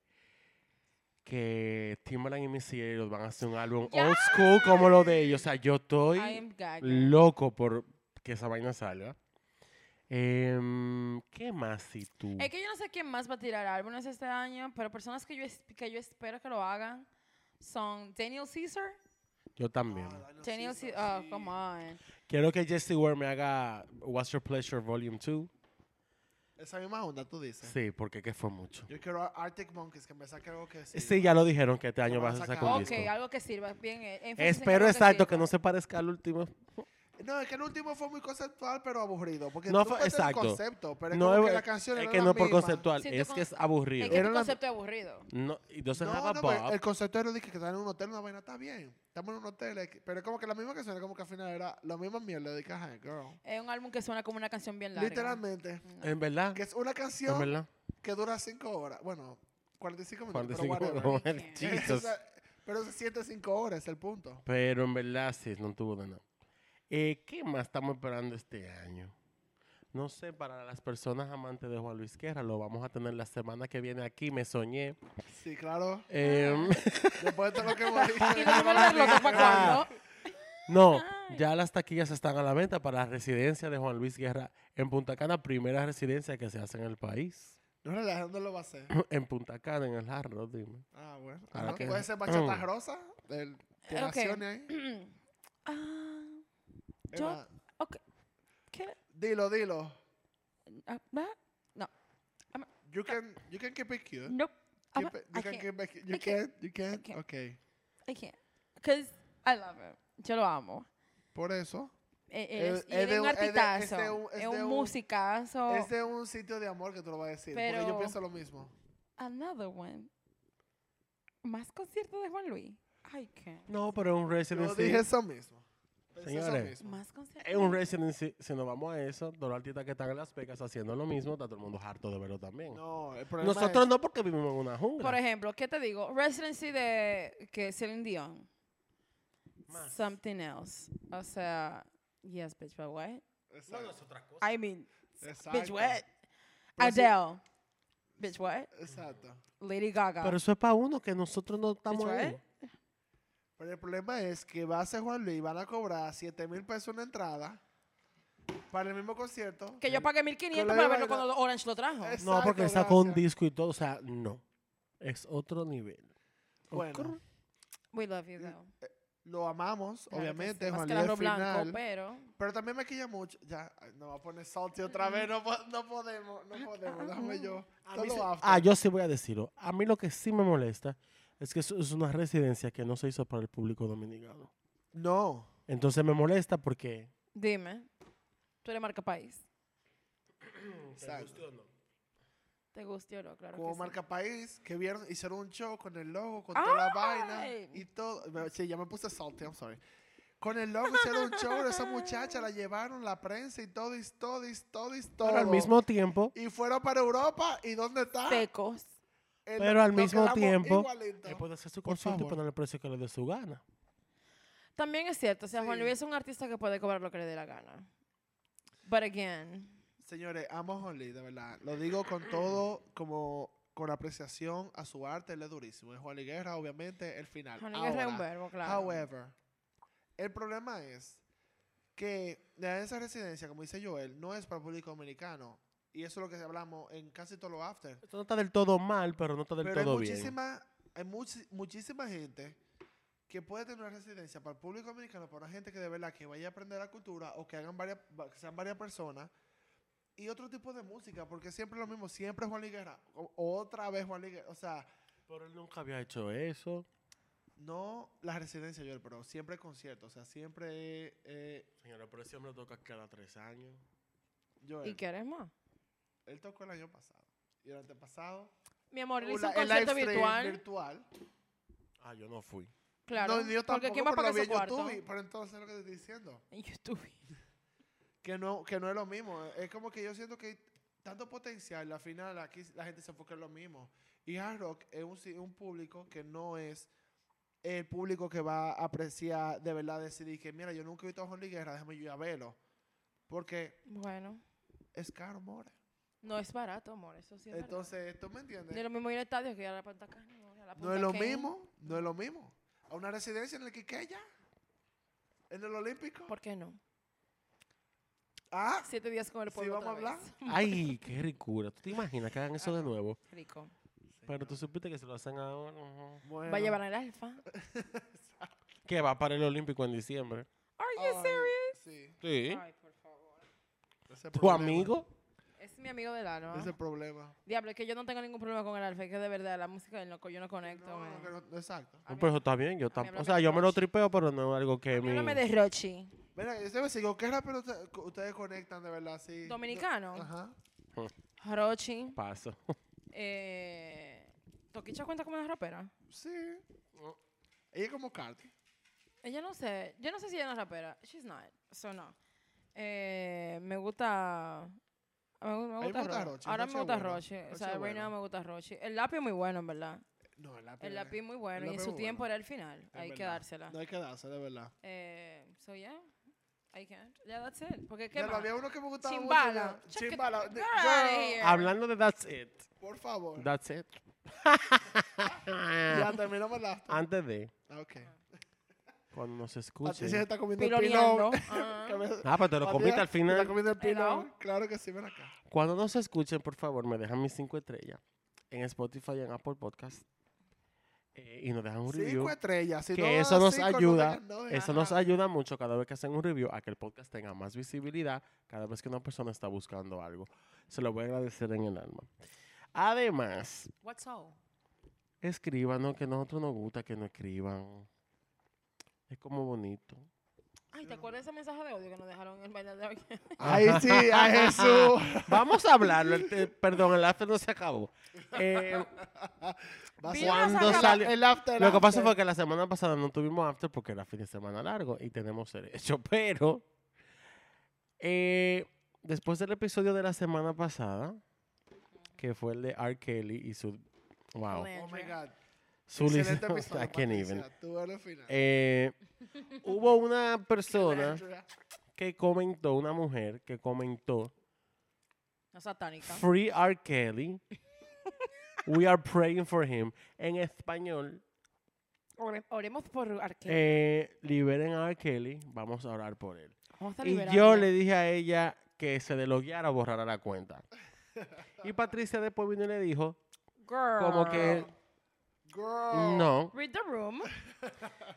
que Timbaland y Missy los van a hacer un álbum old school como lo de ellos. O sea, yo estoy
I am gagging.
loco por que esa vaina salga. Em, ¿Qué más si tú?
Es que yo no sé quién más va a tirar álbumes este año, pero personas que yo, es- que yo espero que lo hagan son Daniel Caesar.
Yo también.
Ah, Daniel
Daniel
Caesar,
Caesar.
sí.
Oh, come on.
Quiero que Jesse Ware me haga What's Your Pleasure Volume 2.
Esa misma onda tú dices.
Sí, porque que fue mucho.
Yo quiero a Arctic Monkeys que me saque algo que sí.
Sí, ya lo dijeron que este año
van
vas a
a
sacar
sacar.
un
Ok,
disco.
algo que sirva. Bien, eh, énfasis en
Espero
algo
exacto que
sirva.
no se parezca al último.
No, es que el último fue muy conceptual, pero aburrido. Porque
No
tú
fue-
puedes tener
exacto.
concepto, pero es
No
como
es-
que la canción
es
era
que
la
no por
misma.
conceptual,
Siento
es
con-
que es
Es
aburrido.
que
Era
tu
una-
concepto es aburrido.
No, y entonces
No,
have a
no, pero
Bob.
el concepto era de que están en un hotel, una vaina está bien. Estamos en un hotel, es que- pero es como que la misma canción, es como que al final era la misma mierda de caja, girl.
Es un álbum que suena como una canción bien larga.
Literalmente.
En verdad,
Que es una
en
canción
verdad. que
que dura 5 horas. Bueno, 45 minutos.
cuando
pero
cinco-
whatever.
bueno,
Esa-
(laughs) O
"Oh, Jesus.
sea, pero se siente 5 horas, es el punto.
Pero en verdad sí, no tuvo de nada. Eh, ¿Qué más estamos esperando este año? No sé, para las personas amantes de Juan Luis Guerra, lo vamos a tener la semana que viene aquí, me soñé.
Sí, claro. Ah.
Em,
Después de todo lo que hemos dicho.
(laughs) Y no me
(laughs)
(laughs)
lo das loco para cuando.
No, ya las taquillas están a la venta para la residencia de Juan Luis Guerra en Punta Cana, primera residencia que se hace en el país. (clears throat)
No relajas, ¿dónde lo va a hacer?
(laughs) en Punta Cana, en el Jarro, dime.
Ah, bueno.
Ahora
Ah,
que-
Puede ser Bachata
Mm.
Rosa, del que
Ok.
nacione ahí.
Ah,
Es
Yo-
más,
ok. ¿Qué?
Dilo, dilo.
Ah, va.
You can, you can keep it cute.
Nope. I'm
Keep
a-
it-
I
you can
can't.
keep it cute. You
I can't.
can, you can.
can't.
Ok.
I can't. Because I love him. Yo lo amo.
Por eso.
Eh, Él, es,
Es-
y
es
él es
de
un
un- es de- es de
artistazo.
un- es
Es un
de un-
musicazo.
Es de un sitio de amor que tú lo vas a decir. Porque
Oh. Pero-
yo pienso lo mismo.
Another one. Más conciertos de Juan Luis. I can't.
No, pero es un
Yo
residency.
dije eso mismo. Pensé
Señores.
Eso mismo.
Más conciertos.
Es un residency. Si nos vamos a eso, todos los artistas que están en Las Vegas haciendo lo mismo, está todo el mundo harto de verlo también.
No, el problema
Nosotros
es-
no, porque vivimos en una jungla.
Por ejemplo, ¿qué te digo? Residency de que Celine Dion.
Más.
Something else. O sea, yes, bitch, but what?
No, no
Exacto.
es otra cosa.
I mean, bitch,
Exacto.
what?
Pero sí-
Adele. Bitch, what?
Exacto.
Lady Gaga.
Pero eso es para uno que nosotros no estamos
right.
ahí.
Pero el problema es que va a ser Juan Luis y van a cobrar 7 mil pesos una entrada para el mismo concierto.
Que yo pagué 1500
Con la
para verlo
vaina.
cuando Orange lo trajo.
Es-
No, porque
Exacto,
sacó un
gracias.
disco y todo. O sea, no. Es otro nivel.
Bueno.
We love you though.
Lo amamos,
Claro que
obviamente,
sí, más
Juan
que el
Luis al
arroz blanco, pues.
final.
pero
Pero también me quilla mucho. Ya, ay, no va a poner salty otra vez. No, po- no podemos, no
(laughs)
podemos. Déjame yo.
A mí
Todo
se-
after.
ah, yo sí voy a decirlo. A mí lo que sí me molesta es que eso es una residencia que no se hizo para el público dominicano.
No.
Entonces me molesta porque...
dime, tú eres marca país.
Exacto.
¿Te gustó o no? Claro
Como
que
marca país, que vieron, hicieron un show con el logo, con
¡Ay!
toda la vaina y todo. Me- Sí, ya me puse salty, I'm sorry. Con el logo hicieron un show,
(laughs)
esa muchacha la llevaron, la prensa y todo, y todo, y todo, y todo.
Pero al mismo tiempo,
Y fueron para Europa, ¿y dónde está?
sí. Secos.
El-
pero al
nos
mismo
quedamos
tiempo, pues
igualito.
él eh, puede hacer su
Por
concierto y
favor.
poner el precio que le dé su gana.
También es cierto, o sea, Juan
Sí.
Luis es un artista que puede cobrar lo que le dé la gana. But again,
Señores, amo a Juan Luis, de verdad. Lo digo con todo, como con apreciación a su arte, él es durísimo. Es Juan Luis Guerra, obviamente, el final.
Juan Luis es un
Ahora,
verbo, claro.
However, el problema es que de esa residencia, como dice Joel, no es para el público dominicano. Y eso es lo que hablamos en casi todos los after.
Esto no está del todo mal, pero no está del
Pero hay
todo bien.
muchísima, hay muchi- muchísima gente que puede tener una residencia para el público dominicano, para una gente que de verdad que vaya a aprender la cultura o que hagan varias, va- que sean varias personas. Y otro tipo de música, porque siempre es lo mismo, siempre es Juan Liguera, o- otra vez Juan Liguera, o sea,
Pero él nunca había hecho eso.
no la residencia, Joel, pero siempre conciertos, o sea, siempre eh,
Señora, pero ese hombre toca cada tres años.
Joel.
¿Y quieres más?
Él tocó el año pasado. Y el antepasado.
Mi amor, él
o
hizo
la-
un
el live
concierto
stream
virtual.
virtual.
Ah, yo
(laughs)
no fui.
claro.
No,
porque
yo tampoco,
¿quién va a
pero
pagar
lo vi
su
en
cuarto?
YouTube, Pero entonces lo que te estoy diciendo.
En YouTube.
Que no, que no es lo mismo. Es como que yo siento que hay tanto potencial. Al final aquí la gente se enfoca en lo mismo. Y Hard Rock es un, si- un público que no es el público que va a apreciar de verdad decidir que mira, yo nunca he visto a Juan Luis Guerra, déjame yo ir a verlo. Porque
Bueno,
es caro, more.
no es barato, amor, eso sí es verdad.
Entonces, ¿tú me entiendes?
No es lo mismo ir al estadio que ir a la Punta Cana, amor, a la
No
Punta
es lo
Cana.
mismo, no es lo mismo. A una residencia en el Quiqueya, en el Olímpico.
¿Por qué no?
Ah,
Siete días con el
Sí,
pueblo
vamos
otra
a
vez.
Ay, qué ricura. ¿Tú te imaginas que hagan
Ah,
eso de nuevo?
Rico.
Pero tú supiste que se lo hacen ahora. ujú.
bueno.
Va a llevar al alfa.
Que va para el Olímpico en diciembre.
Are
Ay,
you serious?
Sí.
Sí.
Ay, por favor.
ese
¿Tu
problema,
amigo?
Es mi amigo del alma.
Ese problema.
Diablo, es que yo no tengo ningún problema con el alfa, es que de verdad la música del loco yo no conecto.
No,
man.
no, que no- no, exacto.
A mí-
Pero está bien, yo
háblame
tampoco. O sea,
de
yo me lo
Rochi.
tripeo, pero no es algo que mi...
Háblame de Rochi.
Mira, yo siempre sigo, ¿qué rapero usted- co- ustedes conectan de verdad? Sí.
Dominicano.
Ajá.
Rochi.
paso.
Eh, Toquicha cuenta como una rapera.
Sí. Ella es como Cardi.
Ella no sé. Yo no sé si ella no es rapera. She's not. So no. Eh, me gusta. Me, gu- me
A mí
gusta,
me gusta
Ro-
Rochi,
Ahora
Rochi
me
es
gusta
bueno,
Rochi. O
Rochi
sea,
es
right
bueno.
now me gusta Rochi. El lápiz es muy bueno, en verdad.
No, el lápiz.
El lápiz muy bueno.
El
y en
lápiz
su
es
tiempo era
bueno.
el final.
es
Hay que
verdad.
dársela.
No hay que darse, de verdad.
Eh, so yeah. I can't. Yeah, that's it. Porque qué
Ya lo
más?
había uno que me gustaba
Chimbala.
mucho.
Check it-
ya. Chimbala.
Get outta
Girl,
here.
Hablando de That's It.
Por favor.
That's It.
Ya terminamos la.
Antes de,
Ah, ok.
cuando nos escuchen.
Patricia se está comiendo el
Piloneando.
(laughs) pilón.
Ah.
Cabeza-
Ah, pero te lo
Matías,
comiste al
te la
final.
comiste al
Hello.
pilón. Claro que sí, ven acá.
Cuando nos escuchen, por favor, me dejan mis cinco estrellas en Spotify y en Apple Podcast. Eh, y nos dejan un review.
Cinco estrellas. Si
que
no das
eso nos
cinco, no
ayuda,
ganas nada.
Eso nos ayuda mucho cada vez que hacen un review a que el podcast tenga más visibilidad cada vez que una persona está buscando algo. Se lo voy a agradecer en el alma. Además,
What's all?
escríbanos, que a nosotros nos gusta que nos escriban. Es
(laughs)
como bonito.
Ay, ¿te acuerdas de ese mensaje de odio que nos dejaron en el baile de hoy? (laughs)
Ahí sí,
(laughs)
a Jesús.
Vamos a hablarlo. el te- perdón, el after no se acabó. Eh,
Va a
Vi
ser-
una
Cuando
saca-
salió-
(laughs) El after.
lo que pasó
after.
fue que la semana pasada no tuvimos after porque era fin de semana largo y tenemos derecho. (laughs) Pero eh, después del episodio de la semana pasada, que fue el de R. Kelly y su. Wow.
Joder.
Oh my God.
Su
Excelente
lic- (laughs)
episodio,
I can't
Patricia.
even.
Tú eres final.
Eh, hubo una persona
Andrea.
que comentó, una mujer que comentó
No satánica.
Free R. Kelly. We are praying for him. En español,
Ore- Oremos por Arquero.
eh, liberen a R. Kelly. Vamos a orar por él.
Vamos a
Y
liberarlo.
yo le dije a ella que se delogueara o borrara la cuenta. Y Patricia después vino y le dijo,
Girl.
como que
Girl.
no.
(laughs)
Read the room.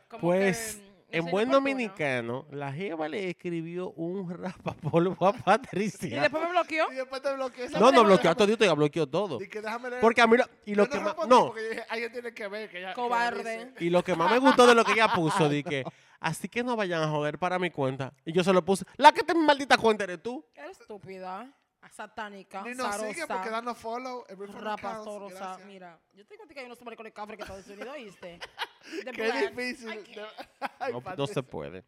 Como
Pues,
que, mm,
en
soy
buen
oportuna.
dominicano, la Jeva le escribió un (laughs) rapapolvo a
Y
Patricia.
después me
(laughs)
bloqueó.
Y después te bloqueé.
No, no
Something
bloqueó a todito, ya bloqueó todo.
Y que déjame leer.
Porque a mí lo, y lo
Yo
que
no
más,
respondí
no,
Porque yo dije, alguien tiene que ver. Que ya, que ya
Cobarde.
dice.
y lo que más me gustó de lo que ella puso, di que así que no vayan a joder para mi cuenta. Y yo se lo puse, la que te mi maldita cuenta eres tú.
Qué estúpida. Satánica.
Ni nos sigue porque
zarosa,
danos follow. every fucking counts,
Rapazorosa.
gracias.
Mira, yo te conté que hay unos maricones cafres que Estados Unidos,
(laughs)
¿oíste? De
Qué
black.
difícil.
I
de-
can't.
(laughs) Ay,
No, pues, no
Patricia,
se puede.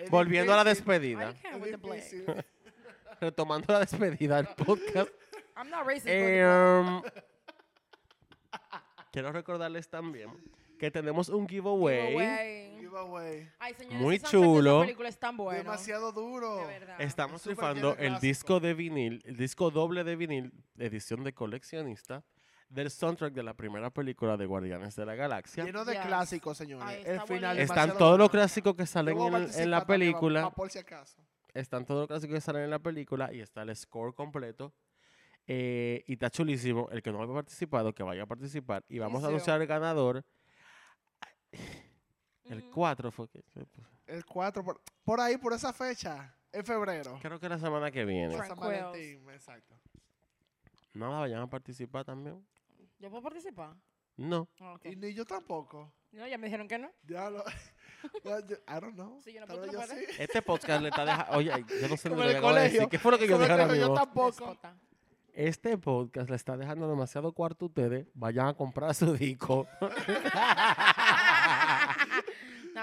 es
Volviendo a la
difícil,
despedida,
I can't
es
with the black.
difícil.
retomando la despedida del podcast.
I'm not racist. but the
Eh,
black.
um, quiero recordarles también que tenemos un giveaway.
Giveaway.
Giveaway.
Ay, señores,
Muy
ese soundtrack de esa
chulo.
película es tan bueno.
Demasiado duro.
De verdad.
Estamos
Súper
rifando
bien
el
de
disco de vinil, el disco doble de vinil, edición de coleccionista, del soundtrack de la primera película de Guardianes de la Galaxia.
Lleno de
Yes.
clásicos, señores.
Ay,
el
está
final
buenísimo.
Están
demasiado
todos los
duro.
clásicos que
Yo
salen
voy a
en, el-
participar
en la
también, va-
película.
va por si acaso.
Están todos los clásicos que salen en la película y está el score completo. Eh, y está chulísimo. El que no haya participado, que vaya a participar. Y vamos
Chulísimo.
a anunciar el ganador. (sighs) El
Ujú.
4 fue que- pues,
El 4, por, por ahí, por esa fecha, en febrero.
Creo que la semana que viene.
Por San
Tranquilos.
Valentín, exacto.
Nada, vayan a participar también.
¿Yo puedo participar?
No.
Ah, ok.
Y ni yo tampoco.
No, ya me dijeron que no. (laughs)
Ya lo... Well, yo- I don't know.
Sí, yo no
Tal
puedo,
vez
no
yo
puedo.
sí.
Este podcast le está
(laughs)
dejando. Oye, ay, yo no sé lo
Como en
que le
el
acabo de decir.
colegio.
¿Qué fue lo que yo
Como
dije
el
ahora
colegio,
mismo?
yo tampoco.
Déspota.
Este podcast le está dejando demasiado cuarto a ustedes. Vayan a comprar su disco.